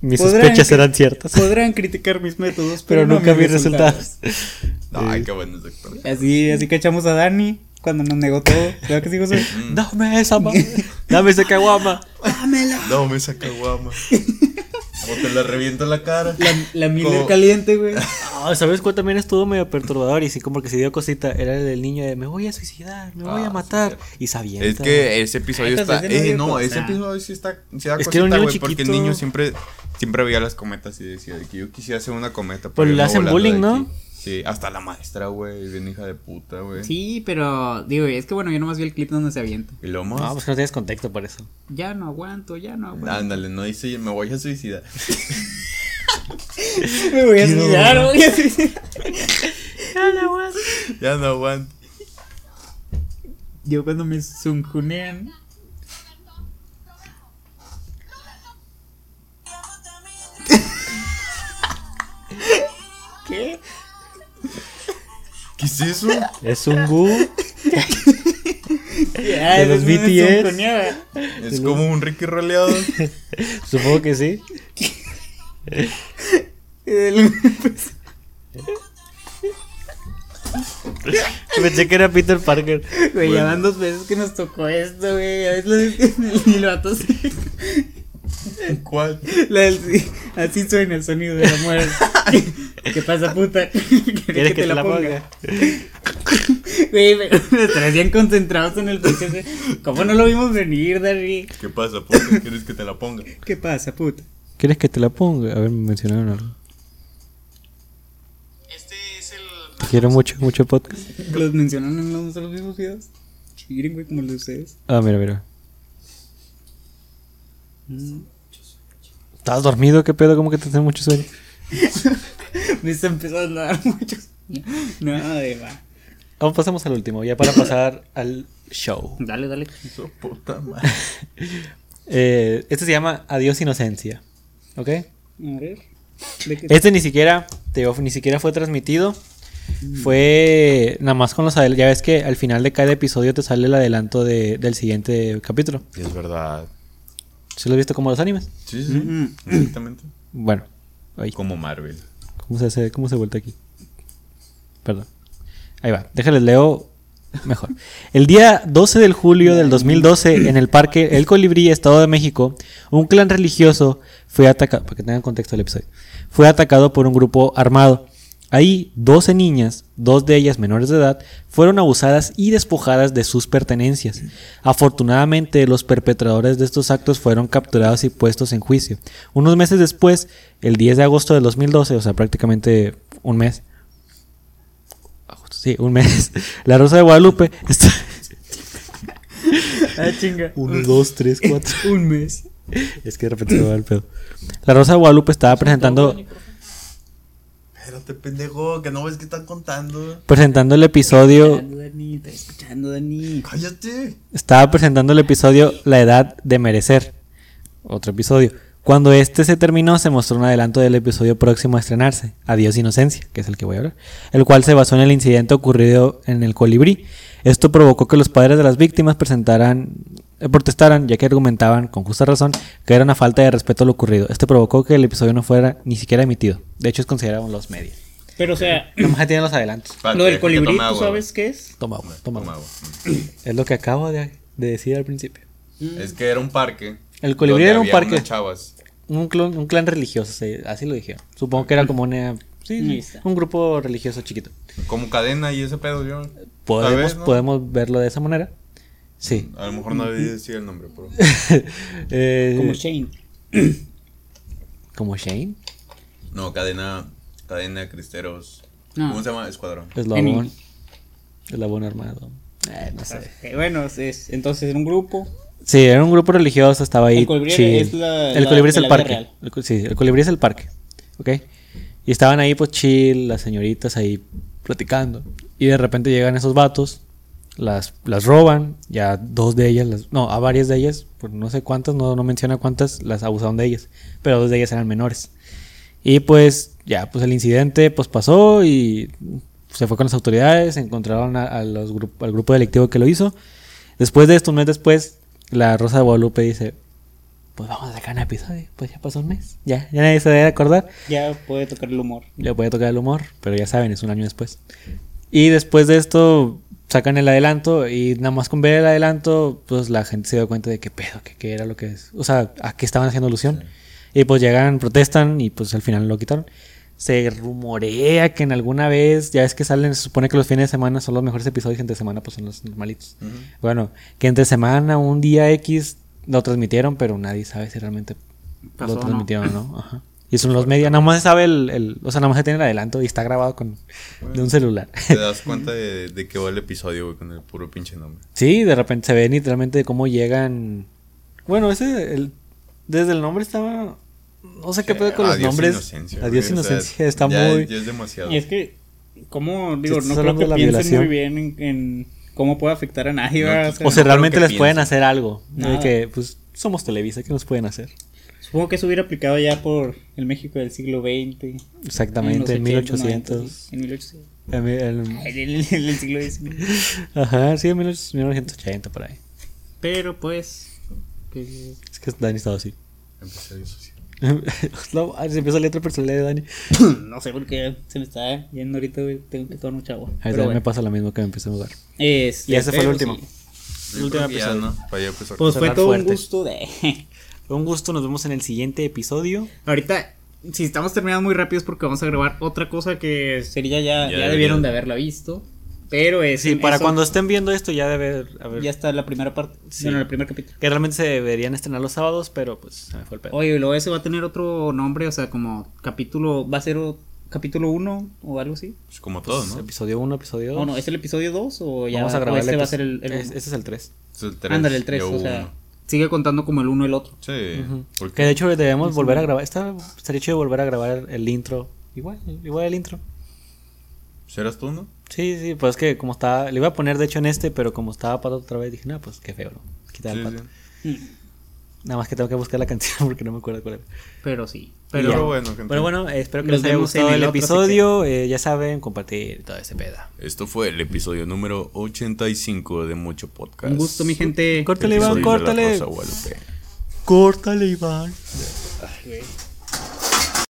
D: mis
B: Podrán
D: sospechas
B: que-
D: eran ciertas.
B: Podrán criticar mis métodos,
D: *laughs* Pero
B: no
D: nunca vi
B: mis
D: resultados.
C: Ay, qué bueno doctor.
B: Así, así cachamos a Dani cuando nos negó todo. ¿Verdad que sí, José?
D: Dame esa, mamá. Dame ese caguama.
C: Dame esa caguama. O te la reviento en la cara.
B: La, la Miller
C: Como-
B: caliente, güey.
D: Ah, ¿Sabes cuál también estuvo medio perturbador? Y sí, como que se dio cosita. Era el del niño de me voy a suicidar, me voy
C: Ah,
D: a
C: sí,
D: matar.
C: cierto.
D: y sabía.
C: Es que ese episodio
B: Ay,
D: pues,
C: está.
B: entonces
C: eh,
B: ese no dio
C: no,
B: cosa.
C: ese episodio sí está. Sí da
D: Es que era un
C: cosita,
D: niño
C: güey, porque el
D: chiquito.
C: niño siempre, siempre veía las cometas y decía de que yo quisiera hacer una cometa.
D: Pues
C: yo
D: le
C: no
D: hacen
C: volando
D: bullying,
C: de
D: ¿no?
C: aquí. Sí, hasta la maestra, güey. Bien hija de puta, güey.
B: *laughs* Sí, pero digo, es que bueno, yo nomás vi el clip donde se avienta.
C: Y lo más.
D: No, pues que no tienes contexto por eso.
B: Ya no aguanto, ya no aguanto.
C: Ándale, no dice me voy a suicidar. *laughs*
B: Me voy a suicidar, güey. *laughs*
C: ya no aguanto.
B: Yo cuando me zuncunean. ¿Qué?
C: ¿Qué
D: *laughs*
C: es eso?
D: Es un Gu.
B: Ya,
D: De
B: eso
D: los
B: es una
D: BTS.
B: sinfonía.
C: Es como un
D: *laughs*
C: Ricky roleado.
D: Supongo que sí.
B: El- *laughs*
D: Pensé que era Peter Parker.
B: Güey, ya van dos veces que nos tocó esto, güey. A veces lo y el vato se-
C: ¿Cuál?
B: *laughs* la del- Así suena el sonido de
D: *laughs*
B: la muerte. ¿Qué pasa, puta? ¿Quieres
D: ¿Quieres que, te, la ponga?
B: Güey, *laughs* me- estarás bien concentrados en el pinche. ¿Cómo no lo vimos venir, Dari?
C: ¿Qué pasa, puta? ¿Quieres que te la ponga?
B: ¿Qué pasa, puta?
D: ¿Quieres que te la ponga? A ver, me mencionaron algo. Te quiero mucho, mucho podcast.
B: ¿Los mencionan en los, en los mismos videos? Miren, güey, como los de ustedes.
D: Ah, mira, mira.
B: Mm.
D: ¿Estás dormido? ¿Qué pedo? ¿Cómo que te hace mucho sueño?
B: Me está empezando a dar muchos. No, de va.
D: Vamos, pasamos al último, ya para pasar al show.
B: Dale, dale.
C: Su puta madre.
D: Eh, este se llama Adiós Inocencia. ¿Ok?
B: A ver. ¿De qué-
D: Este ni siquiera, te digo, ni siquiera fue transmitido. Fue nada más con los adel- Ya ves que al final de cada episodio te sale el adelanto de- del siguiente capítulo.
C: Es verdad.
D: ¿Sí lo has visto como los animes?
C: Sí, sí, sí. Exactamente.
D: Bueno, ahí.
C: Como Marvel.
D: ¿Cómo se hace? ¿Cómo se vuelta aquí? Perdón. Ahí va. Déjales leo mejor. El día 12 de julio del 2012, en el parque El Colibrí, Estado de México, un clan religioso fue atacado. Para que tengan contexto el episodio. Fue atacado por un grupo armado. Ahí, 12 niñas, dos de ellas menores de edad, fueron abusadas y despojadas de sus pertenencias. Afortunadamente, los perpetradores de estos actos fueron capturados y puestos en juicio. Unos meses después, el 10 de agosto del 2012, o sea, prácticamente un mes. Agosto, Sí, un mes. La Rosa de Guadalupe está...
B: Ah, chinga.
D: Uno, dos, tres, cuatro.
B: *laughs* Un mes.
D: Es que de repente se me va el pedo. La Rosa de Guadalupe estaba presentando...
C: Espérate, pendejo, que no ves que están contando.
D: Presentando el episodio...
B: Escuchando, Dani. Está escuchando, Dani.
C: Cállate.
D: Estaba presentando el episodio La Edad de Merecer. Otro episodio. Cuando este se terminó, se mostró un adelanto del episodio próximo a estrenarse, Adiós Inocencia, que es el que voy a hablar, el cual se basó en el incidente ocurrido en el colibrí. Esto provocó que los padres de las víctimas presentaran, eh, protestaran, ya que argumentaban, con justa razón, que era una falta de respeto a lo ocurrido. Esto provocó que el episodio no fuera ni siquiera emitido. De hecho, es considerado un los media.
B: Pero, o sea,
D: Nomás tienen los adelantos.
C: Espérate,
B: lo del
C: déjate,
B: colibrí,
C: toma
B: ¿tú
C: agua,
B: sabes qué es?
D: Toma agua, toma
C: güey. Toma
D: agua.
C: agua.
D: Es lo que acabo de, de decir al principio.
C: Es que era un parque.
D: El colibrí
C: donde
D: era un
C: había
D: parque.
C: unas chavas.
D: Un, clon- un clan religioso, se- así lo dijeron. Supongo que era como una. sí,
B: Ahí está.
D: un grupo religioso chiquito.
C: Como cadena y ese pedo, yo.
D: Podemos,
C: Tal vez, ¿no?
D: podemos verlo de esa manera. Sí. *laughs*
C: A lo mejor no debí decir el nombre, pero.
D: Eh,
B: Como Shane.
D: como Shane.
C: No, cadena. Cadena, cristeros.
B: No.
C: ¿Cómo se llama? Escuadrón.
D: Eslabón.
B: Enemy.
D: Eslabón armado. Eh, no sé.
B: Eh, bueno, es, entonces era un grupo.
D: Sí, era un grupo religioso, estaba ahí.
B: El colibrí
D: chill.
B: es la-
D: El
B: la-
D: colibrí
B: de
D: es el
B: la vida
D: parque.
B: real.
D: El co- sí, el colibrí es el parque. ¿Ok? Y estaban ahí, pues chill, las señoritas ahí platicando. Y de repente llegan esos vatos, las, las roban, ya dos de ellas, las- no, a varias de ellas, por no sé cuántas, no, no menciona cuántas, las abusaron de ellas. Pero dos de ellas eran menores. Y pues ya, pues el incidente pues pasó y se fue con las autoridades, encontraron a- a los gru- al grupo delictivo que lo hizo. Después de esto, un mes después, la Rosa de Guadalupe dice, pues vamos a sacar un episodio, pues ya pasó un mes, ya, ya nadie se debe acordar,
B: Ya puede tocar el humor.
D: le puede tocar el humor, pero ya saben, es un año después. Y después de esto sacan el adelanto y nada más con ver el adelanto, pues la gente se dio cuenta de qué pedo, que qué era lo que es, o sea, a qué estaban haciendo alusión. Y pues llegan, protestan y pues al final lo quitaron. Se rumorea que en alguna vez, ya ves que salen, se supone que los fines de semana son los mejores episodios, y entre semana pues son los normalitos. Bueno, que entre semana, un día X, lo transmitieron, pero nadie sabe si realmente
B: Pasó o
D: lo
B: no.
D: transmitieron o no. Ajá. Y son los medios, nada más se sabe el, el- o sea, nada más se tiene el adelanto y está grabado con, de un celular. *laughs*
C: Te das cuenta de, de que va el episodio, güey, con el puro pinche nombre.
D: Sí, de repente se ve literalmente cómo llegan. Bueno, ese. el- desde el nombre estaba. No sé qué pedo con los
C: Adiós,
D: nombres.
C: Inocencia,
D: Adiós
C: Ah, güey, o sea,
D: Inocencia. está
C: ya-
D: muy.
C: Ya es demasiado.
B: Y es que, como, digo,
D: estás
B: no creo
D: hablando
B: que
D: de la
B: piensen
D: violación.
B: muy bien en, en cómo puede afectar a nadie.
C: No,
B: ¿verdad?
C: que-
D: o sea,
C: creo
D: realmente
C: que
D: les pueden
C: piensen.
D: hacer algo. De
B: Nada.
D: que, pues, somos Televisa, ¿qué nos pueden hacer?
A: Supongo que eso hubiera aplicado ya por el México del siglo XX.
D: Exactamente, en
A: los
D: 1800.
A: 80s, 90s, En 1800.
D: en mi- el-
A: En el, en el siglo XIX.
D: ajá, sí, en 1980 por ahí.
A: Pero pues. *coughs* que-
D: Es que Dani estaba así. *laughs*
C: Empecé a disociar.
D: No, se empieza la letra personal de Dani.
A: no sé por qué se me está yendo ahorita, güey, Tengo que tomar mucha agua.
D: A
A: Pero
D: ver, me
A: bueno.
D: pasa lo mismo que me empecé a jugar.
A: Este,
D: Y ese fue el
A: pero
D: último.
A: sí.
C: Yo
A: Último
C: creo que ya,
A: episodio.
C: ¿no? Para ya empezar.
A: Pues fue
D: Cerrar
A: todo
D: fuerte.
A: un gusto de. *laughs*
D: Fue un gusto, nos vemos en el siguiente episodio.
A: Ahorita, si estamos terminando muy rápido es porque vamos a grabar otra cosa que sería ya,
C: Ya
A: ya,
C: debería.
A: debieron de haberla visto. Pero es.
D: Sí, para
A: eso-
D: cuando estén viendo esto ya debe haber... haber-
A: Ya está la primera parte.
D: Sí.
A: Bueno, el primer capítulo.
D: Que realmente se deberían estrenar los sábados, pero pues se me fue el pedo.
A: Oye, y luego ese va a tener otro nombre, o sea, como capítulo. ¿Va a ser o- capítulo 1 o algo así?
C: Pues como todo,
D: Pues,
C: ¿no?
D: Episodio 1, episodio 2.
A: ¿O no? ¿Es el episodio 2 o ya
D: Vamos a
A: o
D: grabar
A: este
D: el
A: va a
D: epi-
A: ser el. el
D: es-
A: uno?
D: este es el 3.
C: Es el tres,
A: Ándale, el 3,
C: ya
A: o
C: hubo
A: sea.
C: uno.
A: Sigue contando como el uno el otro.
C: Sí. porque-
D: Que de hecho debemos volver a grabar. Esta, estaría chido volver a grabar el intro. Igual, igual el intro.
C: ¿Serás tú, no?
D: Sí, sí, pues es que como estaba. Le iba a poner de hecho en este, pero como estaba pato otra vez, dije, no, pues qué feo, ¿no? Quitar
C: Sí,
D: el pato.
C: sí.
D: Nada más que tengo que buscar la canción *laughs* porque no me acuerdo cuál era.
A: Pero sí.
C: Pero,
A: Pero,
C: bueno, gente.
D: Pero bueno, eh, espero que
A: Nos
D: les haya
A: vemos
D: gustado
A: en
D: el
A: el otro
D: episodio. Eh, ya saben, compartir y todo ese pedo.
C: Esto fue el episodio número 85 de Mucho Podcast.
A: un gusto, mi gente.
D: Córtale, Iván,
C: Episodio de la
D: córtale.
C: Rosa Guadalupe.
D: Córtale, Iván.